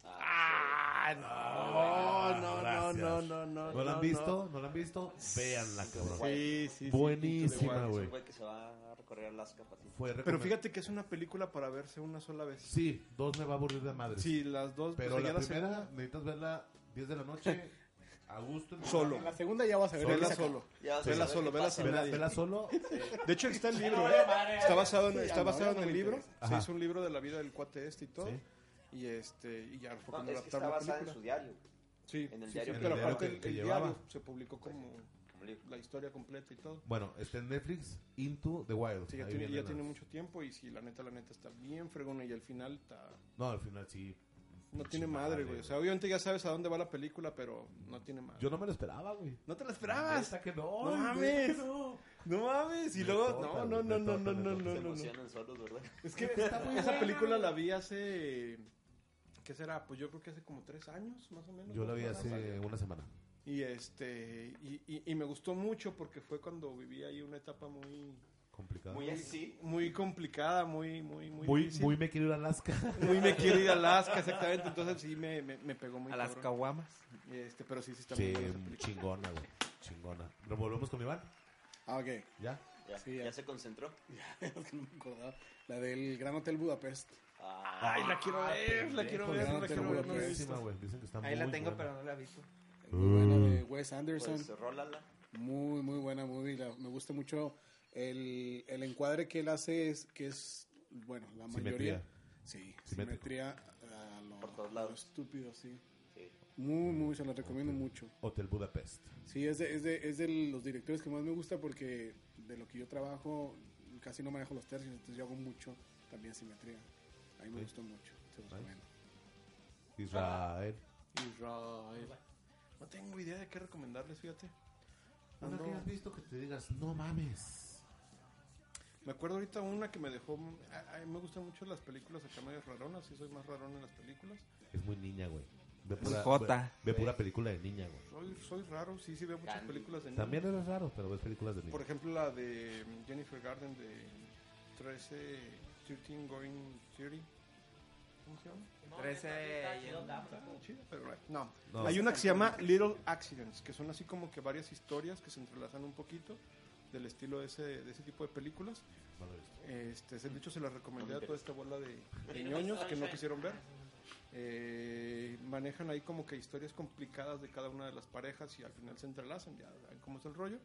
Speaker 1: Ah,
Speaker 3: Ah,
Speaker 4: Ah,
Speaker 2: No, no, no,
Speaker 1: gracias.
Speaker 2: no, no, no.
Speaker 1: ¿No, la han visto? ¿No, la han visto? Véanla, cabrón. Buenísima,
Speaker 3: Es
Speaker 1: güey.
Speaker 3: un güey que se va a recorrer Alaska para ti.
Speaker 1: Fue
Speaker 4: Pero
Speaker 1: recomend-
Speaker 4: fíjate que es una película para verse una sola vez.
Speaker 1: Sí, dos me va a aburrir de madre.
Speaker 4: Sí, las dos. pues,
Speaker 1: pero
Speaker 4: seguía
Speaker 1: la
Speaker 4: segunda.
Speaker 1: primera necesitas verla 10 de la noche a gusto. en tu
Speaker 4: Solo.
Speaker 1: cama.
Speaker 2: La segunda ya vas a ver.
Speaker 4: Vela
Speaker 2: qué saca.
Speaker 4: solo.
Speaker 3: Ya vas a
Speaker 4: Vela
Speaker 3: saber
Speaker 4: solo,
Speaker 3: qué
Speaker 4: vela
Speaker 3: pasa.
Speaker 4: sin
Speaker 1: Vela,
Speaker 4: nadie.
Speaker 1: vela solo.
Speaker 4: De hecho, está el
Speaker 1: Ah,
Speaker 4: libro.
Speaker 5: vale
Speaker 4: ¿eh?
Speaker 5: madre.
Speaker 4: Está basado en,
Speaker 2: Sí,
Speaker 4: está
Speaker 2: a la
Speaker 4: basado
Speaker 2: hora
Speaker 4: en
Speaker 2: no
Speaker 4: el
Speaker 2: me
Speaker 4: libro.
Speaker 2: interesa.
Speaker 4: Se
Speaker 1: Ajá.
Speaker 4: hizo un libro de la vida del cuate este y todo.
Speaker 1: Sí.
Speaker 4: Y este y ya fue
Speaker 3: No,
Speaker 4: cuando
Speaker 3: es que está
Speaker 4: adaptaron la
Speaker 3: basada en
Speaker 4: película.
Speaker 3: su diario,
Speaker 4: Sí,
Speaker 3: en el
Speaker 4: sí,
Speaker 3: diario
Speaker 1: en
Speaker 4: sí, pero
Speaker 3: que-
Speaker 1: el diario
Speaker 4: aparte el,
Speaker 1: que- que
Speaker 4: el
Speaker 1: llevaba.
Speaker 4: diario se publicó como
Speaker 3: como libro.
Speaker 4: la historia completa y todo.
Speaker 1: Bueno, está en Netflix Into the Wild.
Speaker 4: Sí, ya
Speaker 1: Ahí
Speaker 4: tiene, ya
Speaker 1: vienen
Speaker 4: tiene
Speaker 1: las-
Speaker 4: mucho tiempo y sí, la neta, la neta está bien fregona y al final está...
Speaker 1: No, al final sí.
Speaker 4: No tiene madre, güey. O sea, obviamente ya sabes a dónde va la película, pero no tiene madre.
Speaker 1: Yo no me lo esperaba, güey.
Speaker 4: ¿No te la esperabas?
Speaker 1: Neta que no.
Speaker 4: No
Speaker 1: güey,
Speaker 4: mames.
Speaker 1: no.
Speaker 4: No mames. Y
Speaker 1: Me
Speaker 4: luego...
Speaker 1: toca,
Speaker 4: No, no,
Speaker 1: güey,
Speaker 4: no,
Speaker 1: me
Speaker 4: no,
Speaker 1: toca,
Speaker 4: no,
Speaker 1: me toca.
Speaker 4: no, no,
Speaker 3: Se
Speaker 4: no, no.
Speaker 3: emocionan solos, ¿verdad?
Speaker 4: Es que esa película la vi hace... ¿Qué será? Pues yo creo que hace como tres años, más o menos.
Speaker 1: Yo la
Speaker 4: dos
Speaker 1: vi
Speaker 4: horas.
Speaker 1: hace una semana.
Speaker 4: Y este... Y, y, y me gustó mucho porque fue cuando viví ahí una etapa muy...
Speaker 1: Complicado.
Speaker 3: Muy así.
Speaker 4: Muy complicada, muy, muy, muy...
Speaker 1: Muy,
Speaker 4: difícil.
Speaker 1: muy me quiero ir a Alaska.
Speaker 4: Muy me quiero ir a Alaska, exactamente. Entonces sí me, me, me pegó muy
Speaker 6: a las
Speaker 4: cabrón.
Speaker 6: caguamas.
Speaker 4: Este, pero sí, sí está muy
Speaker 1: Sí,
Speaker 4: buena esa película.
Speaker 1: chingona, güey. Chingona. ¿Nos volvemos con Iván?
Speaker 2: Ah, ok.
Speaker 1: ¿Ya?
Speaker 3: Ya,
Speaker 2: Sí, ya.
Speaker 3: ya se concentró.
Speaker 2: No me acordaba. La del Gran Hotel Budapest.
Speaker 3: Ah,
Speaker 4: Ay, la quiero ver, la quiero ver,
Speaker 2: no
Speaker 4: la
Speaker 2: te
Speaker 4: quiero
Speaker 2: lo
Speaker 4: ver. no la he
Speaker 2: pierdas.
Speaker 1: Buenísima,
Speaker 4: visto.
Speaker 1: güey. Dicen que está
Speaker 6: Ahí la
Speaker 1: muy
Speaker 6: tengo,
Speaker 1: buena.
Speaker 6: pero no la he visto.
Speaker 1: Mm.
Speaker 2: Muy buena de Wes Anderson.
Speaker 3: pues rólala.
Speaker 2: Muy, muy buena movie. la- me gusta mucho el, el encuadre que él hace, es que es, bueno, la mayoría.
Speaker 1: Simetría.
Speaker 2: Sí,
Speaker 1: Simétrico.
Speaker 2: simetría a lo,
Speaker 3: Por todos
Speaker 2: a
Speaker 3: lados.
Speaker 2: lo estúpido, sí.
Speaker 3: Sí.
Speaker 2: Muy, muy, se la recomiendo mucho.
Speaker 1: Hotel Budapest.
Speaker 2: Sí, es de, es, de, es de los directores que más me gusta porque de lo que yo trabajo casi no manejo los tercios, entonces yo hago mucho también simetría. A mí me
Speaker 1: Ok.
Speaker 2: gustó mucho. se los
Speaker 1: Nice.
Speaker 2: recomiendo.
Speaker 1: Israel.
Speaker 4: Israel. No tengo idea de qué recomendarles, fíjate.
Speaker 1: Una que
Speaker 4: Ando-
Speaker 1: has visto que te digas, no mames.
Speaker 4: Me acuerdo ahorita una que me dejó... A, a mí me gustan mucho las películas acá medio raronas. Sí, soy más rarón en las películas.
Speaker 1: Es muy niña, güey. Ve
Speaker 6: Muy jota.
Speaker 1: Ve, ve pura película de niña, güey.
Speaker 4: Soy, soy raro, sí, sí veo muchas
Speaker 3: Gandhi.
Speaker 4: películas de niños.
Speaker 1: También eres raro, pero ves películas de niña.
Speaker 4: Por ejemplo, la de Jennifer Garden de 13... 13 Going 30. ¿Cómo se llama?
Speaker 5: No,
Speaker 6: Trece
Speaker 5: neta, sí
Speaker 6: y-
Speaker 5: está chido, dame.
Speaker 4: Está chida, pero no.
Speaker 1: No.
Speaker 4: Hay una que se llama Little Accidents, que son así como que varias historias que se entrelazan un poquito del estilo de ese, de ese tipo de películas.
Speaker 1: No lo he visto.
Speaker 4: Este, se- de hecho, se las recomendé a toda esta bola de, de
Speaker 5: Sí, no,
Speaker 4: ñoños
Speaker 5: está
Speaker 4: que no
Speaker 5: bien.
Speaker 4: quisieron ver. Eh, manejan ahí como que historias complicadas de cada una de las parejas y al final se entrelazan, ya ven cómo es el rollo.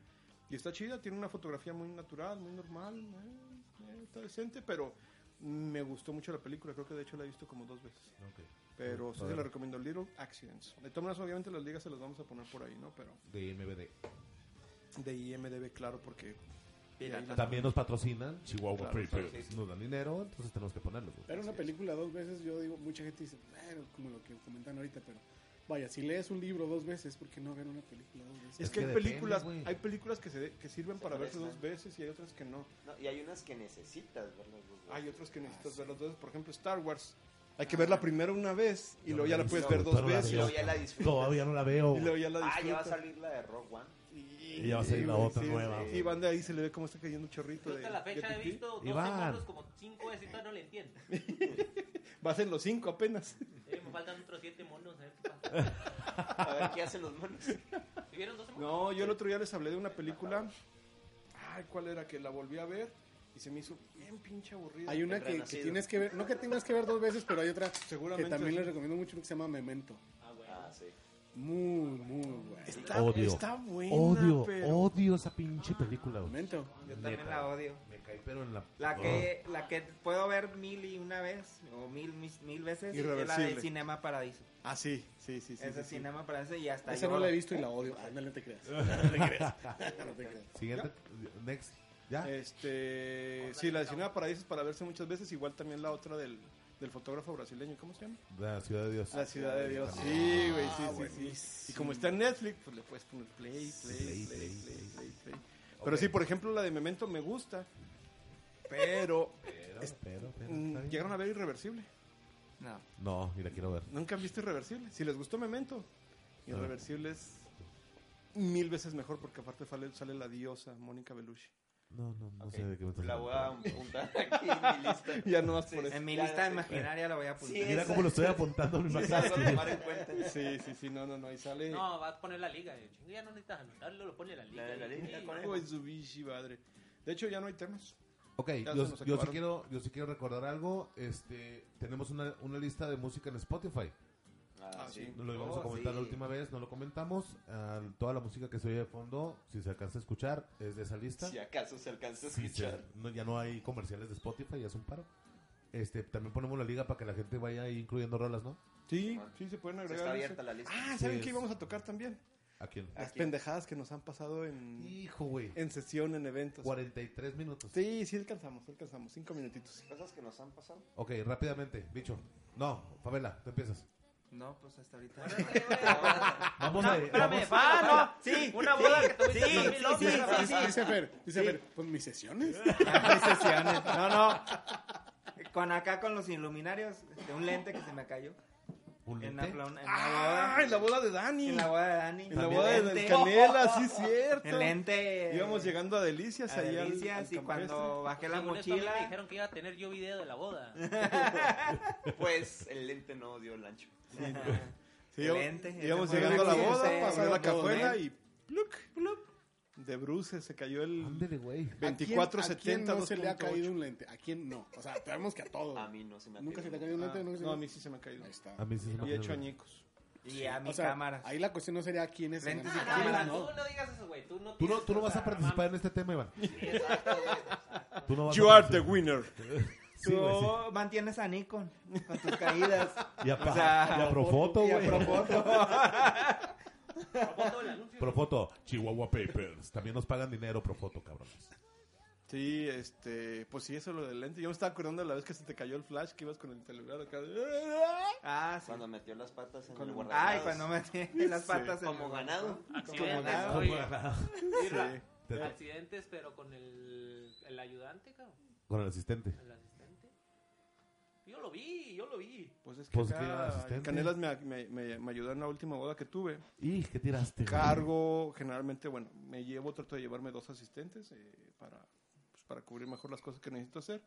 Speaker 4: Y está chida, tiene una fotografía muy natural, muy normal, eh, eh, está decente, pero me gustó mucho la película, creo que de hecho la he visto como dos veces.
Speaker 1: Ok.
Speaker 4: Pero sí se
Speaker 1: Padre.
Speaker 4: la recomiendo, Little Accidents. De todas maneras, obviamente las ligas se las vamos a poner por ahí, ¿no? Pero
Speaker 1: De MBD.
Speaker 4: de IMDB, claro, porque... de ahí las-
Speaker 1: También nos patrocinan Chihuahua Free
Speaker 4: Claro,
Speaker 1: Pills. Nos dan dinero, entonces tenemos que pues. ponerlos. güey.
Speaker 2: Ver una película dos veces, yo digo, mucha gente dice, bueno, como lo que comentan ahorita, pero vaya, si lees un libro dos veces, ¿por qué no ver una película dos veces?
Speaker 4: Es
Speaker 1: que
Speaker 4: que, hay
Speaker 1: depende,
Speaker 4: películas,
Speaker 1: güey.
Speaker 4: hay películas que, se de- que sirven
Speaker 3: Se
Speaker 4: para verse
Speaker 3: prestan.
Speaker 4: dos veces y hay otras que no.
Speaker 3: No, y hay unas que necesitas verlas dos veces.
Speaker 4: Hay otras que necesitas ver las dos veces. Por ejemplo, Star Wars. Hay que verla primero una vez y luego ya la puedes ver dos
Speaker 1: Pero la
Speaker 4: veces.
Speaker 1: veo.
Speaker 4: Y luego ya-
Speaker 3: ya la disfrutas.
Speaker 1: Todavía no la veo.
Speaker 4: y luego ya la
Speaker 3: Ah, ya va a
Speaker 4: disfrutas.
Speaker 3: salir la de Rogue One.
Speaker 1: Y ya va a salir la
Speaker 4: güey,
Speaker 1: otra
Speaker 4: sí,
Speaker 1: nueva,
Speaker 4: sí.
Speaker 1: güey.
Speaker 4: Y van de ahí, se le ve cómo está cayendo un chorrito de,
Speaker 5: Yo hasta la
Speaker 4: de
Speaker 5: fecha he
Speaker 4: pipí.
Speaker 5: visto dos
Speaker 1: Iván.
Speaker 5: segundos como cinco veces y todavía no le entiendo.
Speaker 4: Vas en los cinco apenas.
Speaker 5: Eh, me faltan otros siete monos, a ver qué pasa.
Speaker 3: A ver qué hacen los monos.
Speaker 5: ¿Sí ¿Vieron dos monos?
Speaker 4: No, yo el otro día les hablé de una película. Ay, ¿cuál era? Que la volví a ver y se me hizo bien pinche aburrida.
Speaker 2: Hay una
Speaker 3: El
Speaker 2: que, que
Speaker 3: Renacido.
Speaker 2: tienes que ver, no que tengas que ver dos veces, pero hay otra
Speaker 4: Seguramente
Speaker 2: que también
Speaker 4: sí.
Speaker 2: les recomiendo mucho que se llama Memento.
Speaker 5: Ah, bueno.
Speaker 3: Ah, sí.
Speaker 2: Muy, muy bueno.
Speaker 4: Está,
Speaker 1: odio.
Speaker 4: está buena,
Speaker 1: odio,
Speaker 4: pero...
Speaker 1: odio esa pinche película. güey.
Speaker 2: Memento.
Speaker 6: Yo también
Speaker 1: Neta.
Speaker 6: la odio.
Speaker 1: Me caí pero en la...
Speaker 6: La
Speaker 4: Oh.
Speaker 6: que, la que puedo ver mil y una vez, o mil, mil, mil veces, es la
Speaker 4: Irreversible.
Speaker 6: de Cinema Paradiso.
Speaker 4: Ah, sí, sí, sí. sí,
Speaker 6: Ese
Speaker 4: sí, sí.
Speaker 6: Cinema Paradiso y hasta
Speaker 2: Esa
Speaker 6: yo-
Speaker 2: no la he visto y la odio. Ah, no, no te creas. No te creas. No te creas.
Speaker 1: Oh. Siguiente. Next. ¿Ya?
Speaker 4: Eh. Este, sí, la de Cinema Paradiso es para verse muchas veces, igual también la otra del, del fotógrafo brasileño, ¿cómo se llama?
Speaker 1: La Ciudad de Dios.
Speaker 4: La Ciudad de Dios.
Speaker 1: Ah, También. Ah,
Speaker 4: Sí, güey, sí, sí, sí. Y como está en Netflix, pues le puedes poner play, play,
Speaker 1: Play,
Speaker 4: play, play,
Speaker 1: play,
Speaker 4: play,
Speaker 1: play.
Speaker 4: play. Pero sí, por ejemplo, la de Memento me gusta, pero
Speaker 1: Pero,
Speaker 4: es-
Speaker 1: pero, pero,
Speaker 4: mm,
Speaker 1: está bien.
Speaker 4: llegaron a ver Irreversible.
Speaker 6: No.
Speaker 1: No, y la quiero ver.
Speaker 4: Nunca han visto Irreversible. Si les gustó Memento,
Speaker 1: Ah.
Speaker 4: Irreversible es mil veces mejor porque aparte sale, sale la diosa Mónica Bellucci.
Speaker 1: No, no, no
Speaker 3: Ok.
Speaker 1: sé de qué me estás
Speaker 3: La voy a
Speaker 1: hablando.
Speaker 3: apuntar aquí en mi lista.
Speaker 4: Ya no vas por eso.
Speaker 6: En mi
Speaker 3: Ya,
Speaker 6: lista
Speaker 3: sí.
Speaker 6: imaginaria la voy a
Speaker 3: Sí,
Speaker 6: apuntar.
Speaker 1: Mira
Speaker 3: esa-
Speaker 1: cómo lo estoy apuntando en mi
Speaker 3: Sí, la voy a
Speaker 1: masaje.
Speaker 3: tomar en cuenta.
Speaker 4: Sí, sí, sí, no, no, no, ahí sale...
Speaker 5: No, va a poner la liga. eh. Chinga, Ya no necesitas anotarlo, lo pone la liga.
Speaker 3: La- la
Speaker 5: Sí,
Speaker 3: liga, con él.
Speaker 4: Ay, Pues, su bichi madre. De hecho, ya no hay temas.
Speaker 1: Ok,
Speaker 4: Ya se
Speaker 1: yo,
Speaker 4: nos
Speaker 1: yo sí
Speaker 4: acabaron.
Speaker 1: quiero, yo sí quiero recordar algo. Este, tenemos una, una lista de música en Spotify.
Speaker 3: Ah,
Speaker 4: Ah,
Speaker 3: sí.
Speaker 4: sí.
Speaker 1: No lo íbamos
Speaker 6: Oh,
Speaker 1: a comentar
Speaker 6: sí.
Speaker 1: la última vez, no lo comentamos. Ah, toda la música que se oye de fondo, si se alcanza a escuchar, es de esa lista.
Speaker 3: Si acaso se alcanza a
Speaker 1: Sí, sí,
Speaker 3: escuchar.
Speaker 1: no, ya no hay comerciales de Spotify, ya es un paro. Este, también ponemos la liga para que la gente vaya ahí incluyendo rolas, ¿no?
Speaker 4: Sí,
Speaker 3: Ah.
Speaker 4: sí, se pueden
Speaker 3: Se
Speaker 4: agregar.
Speaker 3: está
Speaker 4: eso.
Speaker 3: abierta la lista.
Speaker 4: Ah, ¿saben
Speaker 1: Sí,
Speaker 4: qué
Speaker 1: es-
Speaker 4: íbamos a tocar también?
Speaker 1: ¿A quién?
Speaker 4: Las
Speaker 3: Aquí.
Speaker 4: pendejadas que nos han pasado en,
Speaker 1: Hijo, güey.
Speaker 4: en sesión, en eventos.
Speaker 1: 43 minutos.
Speaker 4: Sí, sí alcanzamos, sí alcanzamos. Cinco minutitos.
Speaker 3: Cosas que nos han pasado.
Speaker 1: Ok, rápidamente, bicho. No, Fabela, tú empiezas.
Speaker 6: No, pues hasta ahorita.
Speaker 1: Vamos a.
Speaker 5: Espérame,
Speaker 1: vamos-
Speaker 5: va, no. Sí, una boda que tuviste en
Speaker 6: Ah, sí,
Speaker 5: 2011.
Speaker 6: sí,
Speaker 5: papá.
Speaker 6: sí,
Speaker 2: Dice Fer, dice Fer, pues mis sesiones.
Speaker 6: Hay sesiones. No, no. Con acá, con los iluminarios, este, un lente que se me cayó.
Speaker 1: ¿Un
Speaker 6: En la,
Speaker 1: lente?
Speaker 6: pla- en la
Speaker 4: ¡Ah! En la boda de Dani.
Speaker 6: En la boda de Dani.
Speaker 4: En la
Speaker 6: También
Speaker 4: boda de
Speaker 6: lente.
Speaker 4: del Canela, sí, cierto.
Speaker 6: El lente.
Speaker 4: Íbamos llegando a Delicias.
Speaker 6: a
Speaker 4: ahí al-
Speaker 6: Delicias
Speaker 4: al
Speaker 6: y
Speaker 4: campestre.
Speaker 6: cuando
Speaker 5: Ah,
Speaker 6: bajé la
Speaker 5: Según esto, a mí Me
Speaker 6: mochila.
Speaker 5: dijeron que iba a tener yo video de la boda. Ah,
Speaker 3: Pues el lente no dio el ancho.
Speaker 4: Sí,
Speaker 6: el
Speaker 4: íbamos-
Speaker 6: lente, el
Speaker 4: íbamos
Speaker 6: lente
Speaker 4: llegando a la
Speaker 6: fue un
Speaker 4: boda,
Speaker 6: accidente,
Speaker 4: pasó la
Speaker 6: fue un
Speaker 4: cajuela
Speaker 6: accidente.
Speaker 4: y pluk, pluk. De bruces se cayó el
Speaker 1: Ándele, güey.
Speaker 2: ¿A quién
Speaker 4: 2470
Speaker 2: no se le ha caído
Speaker 4: 2.8.
Speaker 2: un lente? ¿A quién no? O sea, sabemos que a
Speaker 4: Oh.
Speaker 2: todos.
Speaker 3: A mí no se me ha
Speaker 2: ¿Nunca se te ha
Speaker 3: caído.
Speaker 2: caído un lente?
Speaker 4: Ah,
Speaker 2: ¿Nunca se
Speaker 4: no,
Speaker 2: te-
Speaker 4: a mí sí se me ha caído.
Speaker 2: Ahí está.
Speaker 1: A mí sí se me
Speaker 4: Y he hecho
Speaker 1: ocurrió.
Speaker 4: añicos.
Speaker 6: Y a mi
Speaker 2: O sea,
Speaker 6: cámara.
Speaker 2: Ahí la cuestión no sería quién es.
Speaker 6: Lentes
Speaker 2: el-
Speaker 6: y
Speaker 5: Ah,
Speaker 2: quién
Speaker 5: Iván,
Speaker 6: cámaras.
Speaker 2: no.
Speaker 5: tú no digas eso, güey. Tú no,
Speaker 1: Tú no,
Speaker 5: tienes
Speaker 1: tú no vas a
Speaker 5: esa-
Speaker 1: participar en este tema, Iván. Tú no vas
Speaker 4: You
Speaker 1: a
Speaker 4: are the
Speaker 1: participar.
Speaker 4: winner.
Speaker 1: Sí, güey, sí.
Speaker 6: Tú mantienes a Nikon con tus caídas.
Speaker 1: Y a, pa-
Speaker 6: O sea,
Speaker 1: y a Profoto,
Speaker 6: y a
Speaker 1: güey.
Speaker 5: Propongo el anuncio.
Speaker 1: Profoto, Chihuahua Papers. También nos pagan dinero, Profoto, cabrones.
Speaker 4: Sí, este, pues sí, eso lo del lente. Yo me estaba acordando de la vez que se te cayó el flash, que ibas con el celular acá.
Speaker 6: Ah, sí.
Speaker 3: Cuando metió las patas en el
Speaker 4: Cuando-
Speaker 3: guardanados.
Speaker 6: Ay, cuando me las patas en
Speaker 3: Como
Speaker 6: el-
Speaker 3: ganado.
Speaker 5: Accidentes,
Speaker 4: nada.
Speaker 5: oye.
Speaker 4: Sí.
Speaker 1: Te-
Speaker 5: Accidentes, pero con el, el ayudante, cabrón.
Speaker 1: Con el asistente.
Speaker 5: El asistente. Yo lo vi, yo lo vi.
Speaker 4: Pues es que,
Speaker 1: Pues
Speaker 4: acá
Speaker 1: que era asistente.
Speaker 4: Canelas me, me, me- me ayudó en la última boda que tuve.
Speaker 1: ¿Y qué tiraste? güey?
Speaker 4: Cargo, generalmente, bueno, me llevo, trato de llevarme dos asistentes eh, para, pues, para cubrir mejor las cosas que necesito hacer.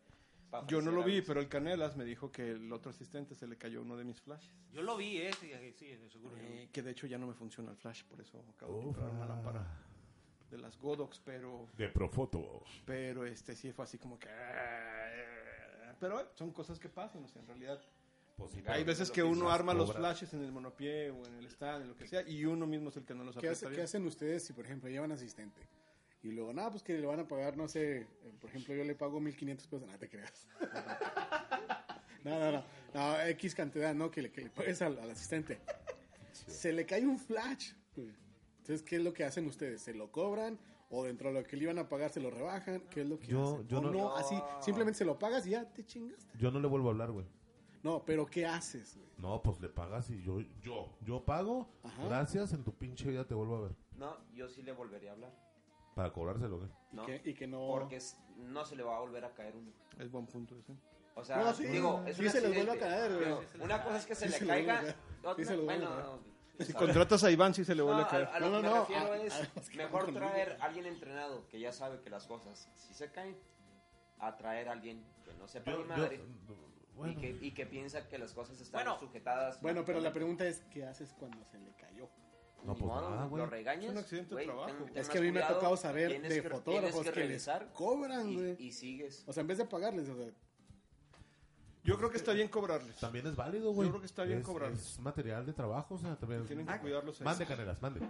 Speaker 3: Pa'
Speaker 4: Yo no lo vi,
Speaker 3: ofrecer
Speaker 4: pero el Canelas me dijo que el otro asistente se le cayó uno de mis flashes.
Speaker 5: Yo lo vi, eh, sí, sí, de seguro. yo lo vi.
Speaker 4: Eh, que de hecho ya no me funciona el flash, por eso acabo de
Speaker 1: Ufa.
Speaker 4: comprar una lámpara de las Godox, pero
Speaker 1: ah. De Profoto.
Speaker 4: Pero este sí fue así como que. Pero eh, son cosas que pasan, o sea, en realidad.
Speaker 1: Pues sí,
Speaker 4: Hay
Speaker 1: pero-
Speaker 4: veces que
Speaker 1: lo que
Speaker 4: uno
Speaker 1: más
Speaker 4: arma los
Speaker 1: cobra.
Speaker 4: flashes en el monopié o en el stand, en lo que sea, y uno mismo es el que no los
Speaker 2: ¿Qué,
Speaker 4: aprieta
Speaker 2: hace- qué
Speaker 4: bien.
Speaker 2: hacen ustedes si, por ejemplo, llevan asistente? Y luego, nada, pues que le van a pagar, no sé, eh, por ejemplo, yo le pago 1500 pesos, nada, te creas. No, no, no, no, X cantidad, no, que le, que le pagues al, al asistente. Se le cae un flash. güey. Entonces, ¿qué es lo que hacen ustedes? ¿Se lo cobran? ¿O dentro de lo que le iban a pagar se lo rebajan? ¿Qué es lo que
Speaker 1: Yo-
Speaker 2: hacen?
Speaker 1: yo
Speaker 2: ¿O
Speaker 1: no-
Speaker 2: así, simplemente se lo pagas y ya te chingaste.
Speaker 1: Yo no le vuelvo a hablar, güey.
Speaker 2: No, pero ¿qué haces, güey?
Speaker 1: No, pues le pagas y yo, yo, yo pago.
Speaker 2: Ajá.
Speaker 1: Gracias, en tu pinche vida te vuelvo a ver.
Speaker 3: No, yo sí le volvería a hablar.
Speaker 1: Para cobrárselo, güey.
Speaker 2: Y,
Speaker 3: No.
Speaker 2: que, y que no...
Speaker 3: Porque es- no se le va a volver a caer uno.
Speaker 4: Es buen punto ese.
Speaker 3: O sea,
Speaker 2: No, sí,
Speaker 3: digo, es
Speaker 2: sí
Speaker 3: un
Speaker 2: se les
Speaker 3: accidente.
Speaker 2: vuelve a caer, güey.
Speaker 3: Digo, una cosa es que se
Speaker 2: Sí
Speaker 3: le
Speaker 2: se les
Speaker 3: caiga,
Speaker 2: vuelve a caer. Sí
Speaker 3: otra,
Speaker 2: se les vuelve a
Speaker 3: bueno,
Speaker 4: Si
Speaker 3: sabe.
Speaker 4: contratas a Iván, sí se le
Speaker 3: No,
Speaker 4: vuelve
Speaker 1: Ah,
Speaker 3: a,
Speaker 4: a caer.
Speaker 3: a lo
Speaker 2: No, no,
Speaker 3: que me
Speaker 2: no,
Speaker 3: refiero
Speaker 2: a-
Speaker 3: es
Speaker 2: a los que
Speaker 3: mejor
Speaker 2: van conmigo.
Speaker 3: traer a alguien entrenado que ya sabe que las cosas sí se caen a traer a alguien que no sepa
Speaker 1: Yo-
Speaker 3: ni
Speaker 1: yo-
Speaker 3: madre y,
Speaker 1: bueno.
Speaker 3: que, y que piensa que las cosas están
Speaker 5: Bueno.
Speaker 3: sujetadas.
Speaker 2: Bueno, pero la pregunta es, ¿qué haces cuando se le cayó?
Speaker 1: No,
Speaker 3: Ni
Speaker 1: pues
Speaker 3: modo,
Speaker 1: nada, güey.
Speaker 3: Lo regañas.
Speaker 4: Es un accidente de
Speaker 3: güey,
Speaker 4: trabajo,
Speaker 3: ten-
Speaker 4: güey.
Speaker 3: ten
Speaker 2: Es
Speaker 3: más
Speaker 2: que a mí me ha
Speaker 3: cuidado,
Speaker 2: tocos saber
Speaker 3: tienes
Speaker 2: de
Speaker 3: que-
Speaker 2: fotógrafos
Speaker 3: tienes
Speaker 2: que les
Speaker 3: revisar
Speaker 2: cobran,
Speaker 3: y-
Speaker 2: güey.
Speaker 3: Y sigues.
Speaker 2: O sea, en vez de pagarles, o sea,
Speaker 1: ah.
Speaker 4: Yo creo que está bien cobrarles.
Speaker 1: También es válido, güey.
Speaker 4: Yo creo que está bien
Speaker 1: Es-
Speaker 4: cobrar.
Speaker 1: Es material de trabajo, o sea, también.
Speaker 4: Tienen que cuidarlos ahí.
Speaker 1: Mande, canelas, mande.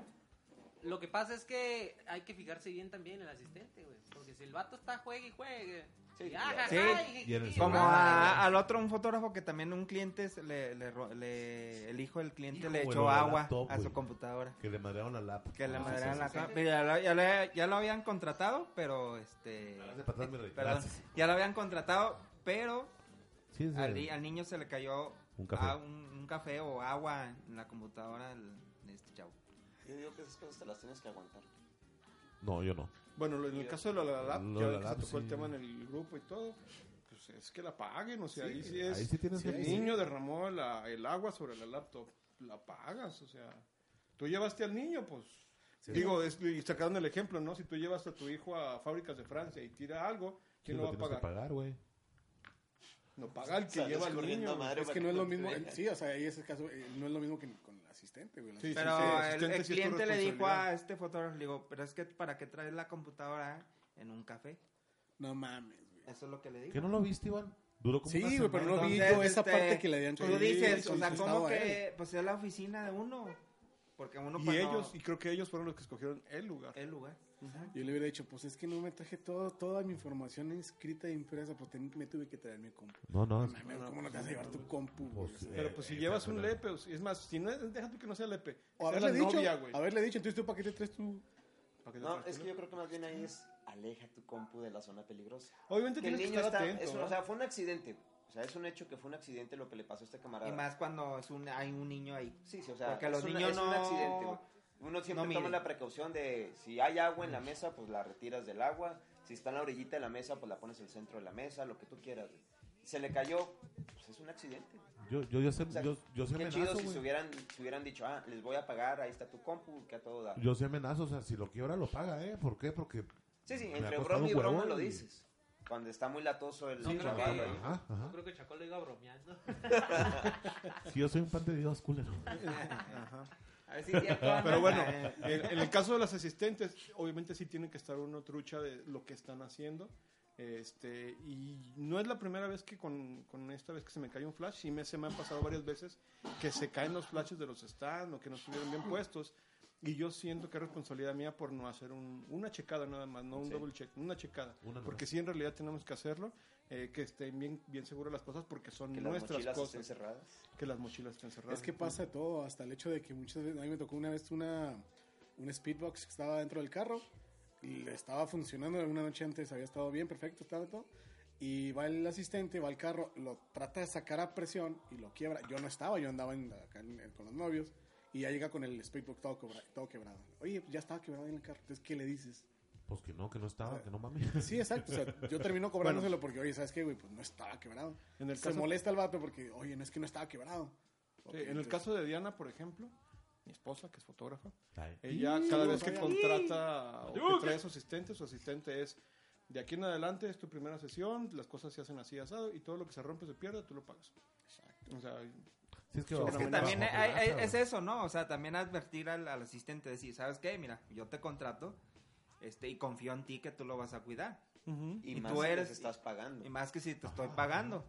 Speaker 5: Lo que pasa es que hay que fijarse bien también en el asistente, güey. Porque si el vato está juegue y juegue.
Speaker 3: Sí,
Speaker 5: y
Speaker 3: sí,
Speaker 5: ajá,
Speaker 6: sí.
Speaker 5: ajá,
Speaker 1: Y en el
Speaker 6: Como
Speaker 1: Ah,
Speaker 6: a- al otro, un fotógrafo que también un cliente se- le, le ro- le- el hijo del cliente
Speaker 1: Hijo,
Speaker 6: le
Speaker 1: güey,
Speaker 6: echó
Speaker 1: lo de la
Speaker 6: agua
Speaker 1: laptop,
Speaker 6: a su
Speaker 1: güey.
Speaker 6: computadora.
Speaker 1: Que le madrearon la lap.
Speaker 6: Que le
Speaker 1: Ah, sí,
Speaker 6: madrearon
Speaker 1: sí,
Speaker 6: la
Speaker 1: sí,
Speaker 6: cama. Pero Ya, lo- ya le- ya lo habían contratado, pero este.
Speaker 1: Gracias, para atrás, mi rey.
Speaker 6: Perdón,
Speaker 1: Gracias.
Speaker 6: ya lo habían contratado, pero
Speaker 1: Sí, sí.
Speaker 6: al, ni- al niño se le cayó
Speaker 1: Un café.
Speaker 6: a un- un café o agua en la computadora del- de este chavo.
Speaker 3: Yo digo que esas cosas te las tienes que aguantar.
Speaker 1: No, yo no.
Speaker 4: Bueno, lo- en el caso de la la lab,
Speaker 1: Lo
Speaker 4: ya
Speaker 1: de
Speaker 4: ven
Speaker 1: la
Speaker 4: que se
Speaker 1: lab,
Speaker 4: tocó el
Speaker 1: sí.
Speaker 4: tema en el grupo y todo, pues es que la paguen, o sea, ahí sí es.
Speaker 1: ahí sí tienes
Speaker 4: si
Speaker 1: que-
Speaker 4: el niño derramó la- el agua sobre la laptop, la pagas, o sea, tú llevaste al niño, pues. Digo, es- y sacaron el ejemplo, ¿no? Si tú llevas a tu hijo a fábricas de Francia y tira algo, ¿quién
Speaker 1: Sí,
Speaker 4: lo va a
Speaker 1: tienes que
Speaker 4: pagar?
Speaker 1: pagar, güey.
Speaker 4: No paga el que
Speaker 3: Sales
Speaker 4: lleva al niño.
Speaker 3: corriendo a madre pues, eh,
Speaker 2: es
Speaker 3: para
Speaker 2: que no es lo
Speaker 3: te
Speaker 2: mismo. eh,
Speaker 3: vean.
Speaker 2: Sí, o sea, ahí es el caso, eh, no es lo mismo que con el asistente, güey. El
Speaker 4: Sí, sí,
Speaker 2: asistente-
Speaker 6: Pero
Speaker 4: el
Speaker 6: el,
Speaker 4: asistente
Speaker 6: el
Speaker 4: sí es tu
Speaker 6: cliente le dijo
Speaker 4: responsabilidad.
Speaker 6: a este fotógrafo, le digo, pero es que ¿para qué traes la computadora en un café?
Speaker 2: No mames, güey.
Speaker 6: Eso es lo que le digo.
Speaker 1: ¿Que no lo viste, Iván? Duró como
Speaker 2: Sí,
Speaker 1: una
Speaker 2: güey, pero
Speaker 1: semana.
Speaker 2: no vi yo esa parte que le habían
Speaker 6: Tú
Speaker 2: traído.
Speaker 6: dices,
Speaker 2: Sí,
Speaker 6: o
Speaker 2: sí,
Speaker 6: sea,
Speaker 2: sí,
Speaker 6: ¿cómo
Speaker 2: estaba
Speaker 6: que? Pues es la oficina de uno. Porque uno
Speaker 4: Y
Speaker 6: pues, no-
Speaker 4: ellos, y creo que ellos fueron los que escogieron el lugar.
Speaker 6: el lugar.
Speaker 2: Yo le hubiera dicho, pues es que no me traje todo, toda mi información escrita e impresa, porque me tuve que traer mi compu.
Speaker 1: No, no.
Speaker 2: No mames, ¿cómo no te vas a llevar tu compu, güey?
Speaker 1: Pues, eh,
Speaker 4: Pero pues si
Speaker 1: eh,
Speaker 4: llevas
Speaker 1: pero-
Speaker 4: un lepe, o si- es más, si no, es- deja tú que no sea lepe.
Speaker 2: O
Speaker 4: sea
Speaker 2: haberle
Speaker 4: la
Speaker 2: dicho,
Speaker 4: novia, güey.
Speaker 2: haberle dicho, entonces tú, ¿para qué te traes tu...?
Speaker 4: Para que te
Speaker 3: No,
Speaker 4: trates,
Speaker 3: es que yo creo que más bien ahí es aleja tu compu de la zona peligrosa.
Speaker 4: Obviamente
Speaker 3: Que el
Speaker 4: tienes que
Speaker 3: niño
Speaker 4: estar
Speaker 3: está,
Speaker 4: atento. ¿eh?
Speaker 3: es un-
Speaker 4: ¿no?
Speaker 3: o sea, fue un accidente. O sea, es un hecho que fue un accidente lo que le pasó a este camarada.
Speaker 6: Y más cuando es un, hay un niño ahí.
Speaker 3: Sí, sí, o sea,
Speaker 6: Porque
Speaker 3: es
Speaker 6: los
Speaker 3: un-
Speaker 6: niños
Speaker 3: es un
Speaker 6: no-
Speaker 3: accidente. güey. Uno siempre
Speaker 6: no
Speaker 3: toma
Speaker 6: miden.
Speaker 3: la precaución de si hay agua en la mesa, pues la retiras del agua. Si está en la orillita de la mesa, pues la pones en el centro de la mesa, lo que tú quieras. güey. Se le cayó, pues es un accidente.
Speaker 1: Yo, yo, yo, sé,
Speaker 3: O sea,
Speaker 1: yo, yo sí
Speaker 3: qué
Speaker 1: amenazo,
Speaker 3: chido si
Speaker 1: güey.
Speaker 3: se hubieran, si hubieran dicho, ah, les voy a pagar, ahí está tu compu, que a todo da.
Speaker 1: Yo sí amenazo, o sea, si lo quiebra lo paga, ¿eh? ¿Por qué? Porque...
Speaker 3: Sí, sí,
Speaker 1: Me ha
Speaker 3: entre
Speaker 1: costado
Speaker 3: broma y
Speaker 1: un
Speaker 3: broma
Speaker 1: huevón
Speaker 3: lo
Speaker 1: y-
Speaker 3: dices. Cuando está muy latoso el...
Speaker 5: No,
Speaker 3: el
Speaker 5: creo
Speaker 3: chavo
Speaker 5: que-
Speaker 3: ahí.
Speaker 1: Ajá,
Speaker 5: No
Speaker 1: ajá.
Speaker 5: creo que Chacón lo iba bromeando.
Speaker 1: Si yo soy un pan de Dios, culero.
Speaker 6: A ver si es cierto, Ana.
Speaker 4: Pero bueno,
Speaker 6: Eh,
Speaker 4: en, en el caso de las asistentes, obviamente sí tienen que estar uno trucha de lo que están haciendo. Este, y no es la primera vez que con, con esta vez que se me cae un flash, sí me, se me han pasado varias veces que se caen los flashes de los stands o que no estuvieron bien puestos. Y yo siento que es responsabilidad mía por no hacer un- una checada nada más, no un
Speaker 3: Sí.
Speaker 4: double check, una checada.
Speaker 1: Una nomás.
Speaker 4: porque sí, en realidad tenemos que hacerlo, eh, que estén bien, bien seguras las cosas porque son
Speaker 3: Que las
Speaker 4: nuestras
Speaker 3: mochilas estén
Speaker 4: cosas.
Speaker 3: cerradas.
Speaker 4: Que las mochilas estén cerradas.
Speaker 2: Es que pasa de todo, hasta el hecho de que muchas veces, a mí me tocó una vez una, una speedbox que estaba dentro del carro, y le estaba funcionando una noche antes, había estado bien, perfecto, estaba todo, y va el asistente, va el carro, lo trata de sacar a presión y lo quiebra. Yo no estaba, yo andaba en- acá en- en- con los novios, y ya llega con el speedbox todo, quebra- todo quebrado. Oye, pues ya estaba quebrado ahí en el carro, entonces, ¿qué le dices?
Speaker 1: Pues que no, que no estaba, que no mames.
Speaker 2: Sí, exacto, o sea, yo termino cobrándoselo porque, oye, ¿sabes qué, güey? Pues no estaba quebrado.
Speaker 4: En el
Speaker 2: Se
Speaker 4: caso-
Speaker 2: molesta el vato porque, oye, no es que no estaba quebrado.
Speaker 4: Sí,
Speaker 2: Ok,
Speaker 4: en el
Speaker 2: entonces-
Speaker 4: caso de Diana, por ejemplo, mi esposa, que es fotógrafa,
Speaker 1: Ay.
Speaker 4: ella
Speaker 2: Y-
Speaker 4: cada vez que
Speaker 2: vaya.
Speaker 4: contrata o que trae a su asistente, su asistente es, de aquí en adelante es tu primera sesión, las cosas se hacen así asado y todo lo que se rompe o se pierde, tú lo pagas. O sea,
Speaker 1: Sí, es que,
Speaker 4: Es
Speaker 6: Es que
Speaker 4: Una
Speaker 6: también
Speaker 1: Ojo,
Speaker 6: hay- hay-
Speaker 1: plaza,
Speaker 6: es
Speaker 1: güey.
Speaker 6: eso, ¿no? O sea, también advertir al, al asistente, decir, ¿sabes qué? Mira, yo te contrato este, y confío en ti que tú lo vas a cuidar.
Speaker 3: Y,
Speaker 6: Y
Speaker 3: más
Speaker 6: tú
Speaker 3: si les
Speaker 6: eres-
Speaker 3: estás pagando.
Speaker 6: Y más que si te estoy pagando.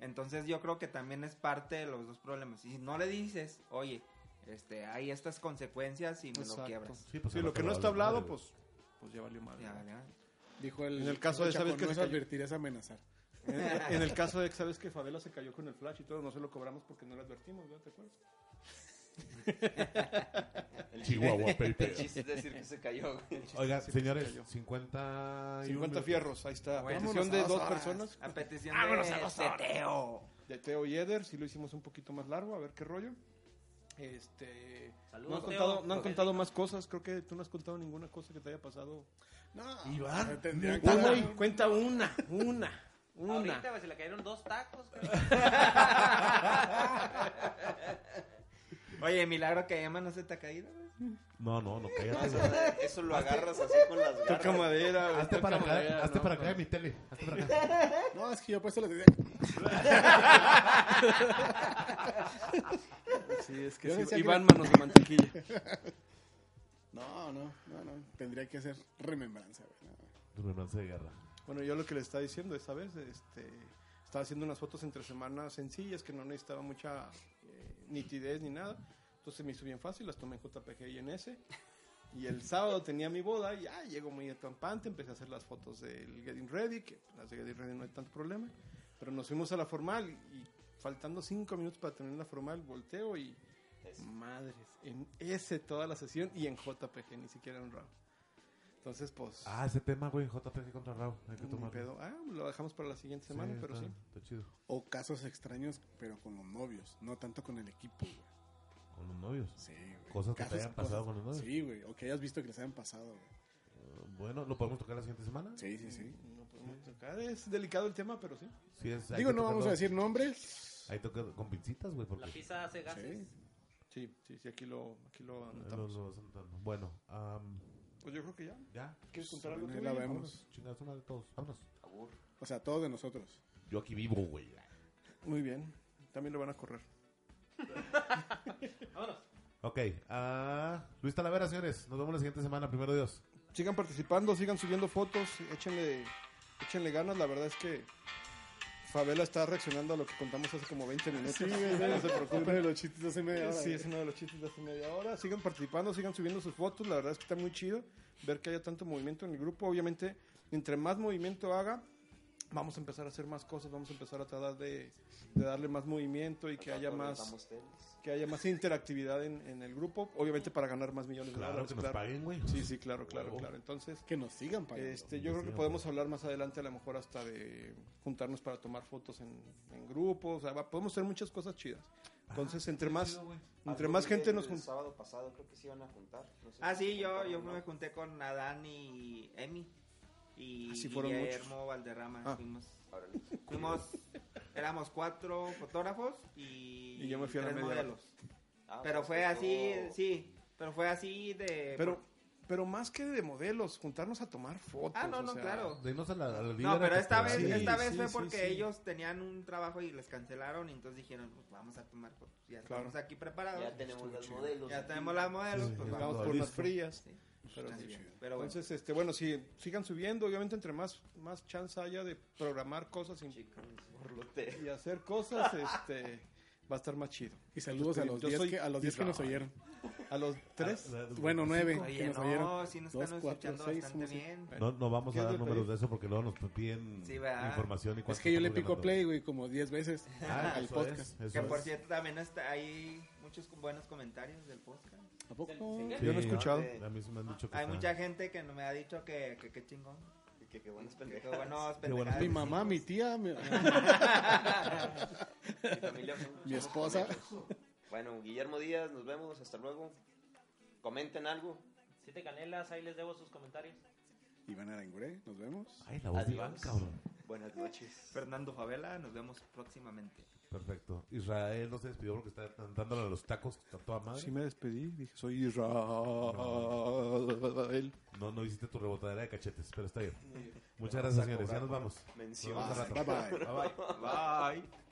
Speaker 6: Entonces yo creo que también es parte de los dos problemas. Y si no le dices, oye, este, hay estas consecuencias y me lo
Speaker 4: Exacto.
Speaker 6: quiebras.
Speaker 1: Sí, pues,
Speaker 4: si
Speaker 1: a
Speaker 4: lo
Speaker 1: lo
Speaker 4: que
Speaker 1: que
Speaker 4: no
Speaker 1: vale
Speaker 4: está hablado,
Speaker 1: madre,
Speaker 4: pues pues ya valió madre.
Speaker 6: Ya,
Speaker 4: ¿no?
Speaker 6: ya.
Speaker 2: Dijo el.
Speaker 4: En el caso de,
Speaker 2: Chacón,
Speaker 4: ¿sabes qué
Speaker 2: No
Speaker 4: se
Speaker 2: es
Speaker 4: cayó?
Speaker 2: advertir, es amenazar.
Speaker 4: En, en el caso de que sabes que Fadela se cayó con el flash y todo, no se lo cobramos porque no lo advertimos, ¿verdad? ¿Te acuerdas?
Speaker 3: El
Speaker 1: Chihuahua,
Speaker 3: chiste-
Speaker 1: Pepe.
Speaker 3: El chiste es decir que se cayó, güey.
Speaker 1: Oiga,
Speaker 4: Sí,
Speaker 1: señores,
Speaker 4: cayó.
Speaker 1: 50...
Speaker 4: 50 fierros, ahí está.
Speaker 6: Bueno,
Speaker 4: Petición
Speaker 2: vámonos
Speaker 4: de
Speaker 2: a
Speaker 4: dos
Speaker 2: dos horas.
Speaker 4: personas.
Speaker 6: A petición
Speaker 4: Vámonos
Speaker 6: de, este,
Speaker 4: a dos
Speaker 6: de
Speaker 4: horas.
Speaker 6: Teo.
Speaker 4: De Teo Yeder, sí lo hicimos un poquito más largo, a ver qué rollo. Este.
Speaker 5: Saludos,
Speaker 4: no han
Speaker 5: Teo.
Speaker 4: contado, no han
Speaker 5: Ok.
Speaker 4: contado más cosas, creo que tú no has contado ninguna cosa que te haya pasado.
Speaker 2: No.
Speaker 4: Ah,
Speaker 1: Iván,
Speaker 2: tendrían que-
Speaker 4: Uy, cuenta una, una, una.
Speaker 5: Ahorita, güey, se le cayeron dos tacos, güey.
Speaker 6: Oye, milagro que llama no se te ha caído, güey.
Speaker 1: No, no, no,
Speaker 3: Eso,
Speaker 1: cállate.
Speaker 3: eso lo agarras así con las
Speaker 4: Toca
Speaker 3: garras.
Speaker 4: madera, güey,
Speaker 1: Hazte
Speaker 4: toca
Speaker 1: para
Speaker 4: madera,
Speaker 1: acá, hazte
Speaker 4: no,
Speaker 1: para acá de
Speaker 4: güey.
Speaker 1: mi tele. Hazte para acá.
Speaker 2: No, es que yo pues puesto las ideas.
Speaker 4: Sí, es que
Speaker 2: Yo
Speaker 4: sí,
Speaker 2: decía que
Speaker 4: Iván
Speaker 2: era-
Speaker 4: manos de mantequilla.
Speaker 2: No, no, no, no. Tendría que hacer remembranza, güey. no.
Speaker 1: Remembranza de guerra.
Speaker 4: Bueno, yo lo que le estaba diciendo esta vez, este, estaba haciendo unas fotos entre semanas sencillas que no necesitaba mucha eh, nitidez ni nada. Entonces me hizo bien fácil, las tomé en JPG y en S. Y el sábado tenía mi boda y ya llegó muy acampante, empecé a hacer las fotos del Getting Ready, que las de Getting Ready no hay tanto problema. Pero nos fuimos a la formal y faltando cinco minutos para terminar la formal, volteo y... Madres, en S toda la sesión y en JPG, ni siquiera en RAM. Entonces, pues...
Speaker 1: Ah, ese tema, güey, JPG contra Raw. Hay que
Speaker 4: Ni
Speaker 1: tomarlo.
Speaker 4: pedo. Ah, lo dejamos para la siguiente semana, pero
Speaker 1: está-
Speaker 4: sí.
Speaker 1: Está chido.
Speaker 2: O casos extraños, pero con los novios. No tanto con el equipo, güey.
Speaker 1: Con los novios.
Speaker 2: Sí, güey.
Speaker 1: Cosas que te hayan pasado con los novios.
Speaker 2: Sí, güey. O que hayas visto que les hayan pasado, güey.
Speaker 1: Eh, Bueno, ¿lo podemos tocar la siguiente semana?
Speaker 2: Sí, sí, sí.
Speaker 4: No podemos tocar. Es delicado el tema, pero sí.
Speaker 1: Sí, es, hay
Speaker 2: Digo,
Speaker 1: que
Speaker 2: no vamos
Speaker 1: tocarlo-
Speaker 2: a decir nombres.
Speaker 1: Hay que tocar con pincitas, güey,
Speaker 5: La
Speaker 1: porque...
Speaker 5: pizza hace gases.
Speaker 2: Sí.
Speaker 4: Sí, sí, sí, aquí lo, aquí lo
Speaker 1: eh,
Speaker 4: anotamos.
Speaker 1: los- los- los- bueno, am,
Speaker 4: Pues yo creo que ya.
Speaker 1: ya.
Speaker 4: ¿Quieres contar algo?
Speaker 2: Ahí
Speaker 4: tú,
Speaker 2: la
Speaker 4: Willy?
Speaker 2: vemos.
Speaker 1: Vámonos, chingados, de todos. Vámonos.
Speaker 2: O sea, todos de nosotros.
Speaker 1: Yo aquí vivo, güey.
Speaker 4: Muy bien. También lo van a correr.
Speaker 5: Vámonos.
Speaker 1: Ok, ah, Luis Talavera, señores. Nos vemos la siguiente semana, primero Dios.
Speaker 4: Sigan participando, sigan subiendo fotos, échenle, échenle ganas. La verdad es que Fabela está reaccionando a lo que contamos hace como 20 minutos.
Speaker 2: Sí, güey.
Speaker 4: no se
Speaker 2: Uno
Speaker 4: preocupen.
Speaker 2: de los chistes hace media hora.
Speaker 4: Sí,
Speaker 2: güey.
Speaker 4: es uno de los chistes de hace media hora. Sigan participando, sigan subiendo sus fotos. La verdad es que está muy chido ver que haya tanto movimiento en el grupo. Obviamente, entre más movimiento haga, vamos a empezar a hacer más cosas. Vamos a empezar a tratar de, de darle más movimiento y que haya más,
Speaker 3: Rentamos tenis.
Speaker 4: que haya más interactividad en, en el grupo. Obviamente, para ganar más millones de
Speaker 1: Claro,
Speaker 4: dólares.
Speaker 1: que nos paguen, güey.
Speaker 4: Sí, sí, claro, claro,
Speaker 1: Huevo.
Speaker 4: claro. Entonces,
Speaker 2: Que nos sigan pagando.
Speaker 4: este, yo creo que podemos hablar más adelante, a lo mejor hasta de juntarnos para tomar fotos en, en grupos. O sea, va- podemos hacer muchas cosas chidas. Entonces, entre más, entre
Speaker 3: Algo
Speaker 4: más
Speaker 3: vi
Speaker 4: gente
Speaker 3: el
Speaker 4: nos juntamos.
Speaker 3: sábado pasado creo que se iban a juntar. no sé
Speaker 6: Ah,
Speaker 3: si
Speaker 6: sí,
Speaker 3: se
Speaker 6: yo,
Speaker 3: juntaron
Speaker 6: yo
Speaker 3: o no.
Speaker 6: me junté con Adán y Emi. Y
Speaker 4: Así Ah, fueron
Speaker 6: Guillermo Valderrama.
Speaker 4: Ah.
Speaker 6: Fuimos,
Speaker 3: Órale.
Speaker 6: fuimos- éramos cuatro fotógrafos y,
Speaker 4: Y yo me fui a la
Speaker 6: tres
Speaker 4: media hora.
Speaker 6: modelos.
Speaker 3: Ah,
Speaker 6: Pero
Speaker 3: pues,
Speaker 6: fue así,
Speaker 3: estuvo-
Speaker 6: sí, pero fue así de...
Speaker 4: Pero, pero más que de modelos, juntarnos a tomar fotos.
Speaker 6: Ah, no,
Speaker 4: o
Speaker 6: no,
Speaker 4: sea,
Speaker 6: claro.
Speaker 1: Denos a la, a la
Speaker 6: No,
Speaker 1: líder
Speaker 6: pero
Speaker 1: que
Speaker 6: esta
Speaker 1: te-
Speaker 6: vez,
Speaker 4: Sí,
Speaker 6: esta vez
Speaker 4: sí,
Speaker 6: fue
Speaker 4: sí,
Speaker 6: porque
Speaker 4: sí.
Speaker 6: ellos tenían un trabajo y les cancelaron y entonces dijeron, pues vamos a tomar fotos. Ya
Speaker 4: Claro.
Speaker 6: estamos aquí preparados.
Speaker 3: Ya tenemos los modelos.
Speaker 6: Ya
Speaker 3: aquí.
Speaker 6: tenemos las modelos,
Speaker 1: Sí,
Speaker 6: pues
Speaker 1: ya
Speaker 6: vamos.
Speaker 4: Vamos
Speaker 1: Todo
Speaker 4: por unas
Speaker 1: listo.
Speaker 4: frías.
Speaker 6: Sí.
Speaker 4: Pero
Speaker 6: Está
Speaker 4: sí.
Speaker 6: bien. Pero bueno.
Speaker 4: Entonces, este, bueno, sí, sigan subiendo. Obviamente, entre más, más chance haya de programar cosas y,
Speaker 3: Chicos, borlote.
Speaker 4: y hacer cosas, este, va a estar más chido.
Speaker 2: Y saludos a los
Speaker 4: Yo
Speaker 2: 10
Speaker 4: soy
Speaker 2: que, a los diez que nos
Speaker 4: Israel.
Speaker 2: oyeron.
Speaker 4: A los tres.
Speaker 1: Ah,
Speaker 2: Bueno, nueve que
Speaker 6: Oye,
Speaker 2: nos
Speaker 6: no,
Speaker 2: oyeron.
Speaker 6: sí nos
Speaker 2: Dos,
Speaker 6: están
Speaker 2: cuatro,
Speaker 6: escuchando
Speaker 2: seis,
Speaker 6: bastante
Speaker 2: somos-
Speaker 6: bien.
Speaker 1: No, no vamos a
Speaker 4: ¿Qué es
Speaker 1: dar
Speaker 4: el
Speaker 1: números
Speaker 4: pedir?
Speaker 1: de eso porque luego nos piden
Speaker 6: Sí, ¿verdad?
Speaker 1: información y
Speaker 2: Es
Speaker 1: cuánto
Speaker 2: que yo le
Speaker 1: estamos
Speaker 2: pico
Speaker 1: ganando.
Speaker 2: play, güey, como 10 veces
Speaker 1: Ah,
Speaker 2: al
Speaker 1: eso
Speaker 2: podcast.
Speaker 1: es, eso
Speaker 6: Que por
Speaker 1: es.
Speaker 6: cierto también está, hay muchos com- buenos comentarios del podcast.
Speaker 2: ¿A poco?
Speaker 1: Sí,
Speaker 4: Yo no he escuchado.
Speaker 1: A mí sí me han dicho que
Speaker 6: Hay
Speaker 1: está-
Speaker 6: mucha gente que no me ha dicho que que qué chingón.
Speaker 3: Y Que, que buenas
Speaker 6: Que qué
Speaker 3: pendejadas.
Speaker 6: buenos
Speaker 1: Qué buenos
Speaker 6: pendejadas.
Speaker 2: Mi mamá, mi tía, mi,
Speaker 3: Mi familia son-
Speaker 2: mi esposa.
Speaker 3: Bueno, Guillermo Díaz, nos vemos. Hasta luego. Comenten algo.
Speaker 5: Siete canelas, ahí les debo sus comentarios.
Speaker 2: Iván Arangure, nos vemos.
Speaker 1: Ay, la voz de Iván,
Speaker 3: Adiós.
Speaker 1: cabrón.
Speaker 3: Buenas noches.
Speaker 6: Fernando Favela, nos vemos próximamente.
Speaker 1: Perfecto. Israel no se despidió porque está dándole a los tacos a toda madre.
Speaker 4: Sí me despedí, dije, soy Israel.
Speaker 1: No, no hiciste tu rebotadera de cachetes, pero está bien. Muchas gracias, señores. Ya nos vamos.
Speaker 3: Mención.
Speaker 1: Nos vemos al rato.
Speaker 2: Bye bye.
Speaker 1: Bye, bye.
Speaker 6: Bye.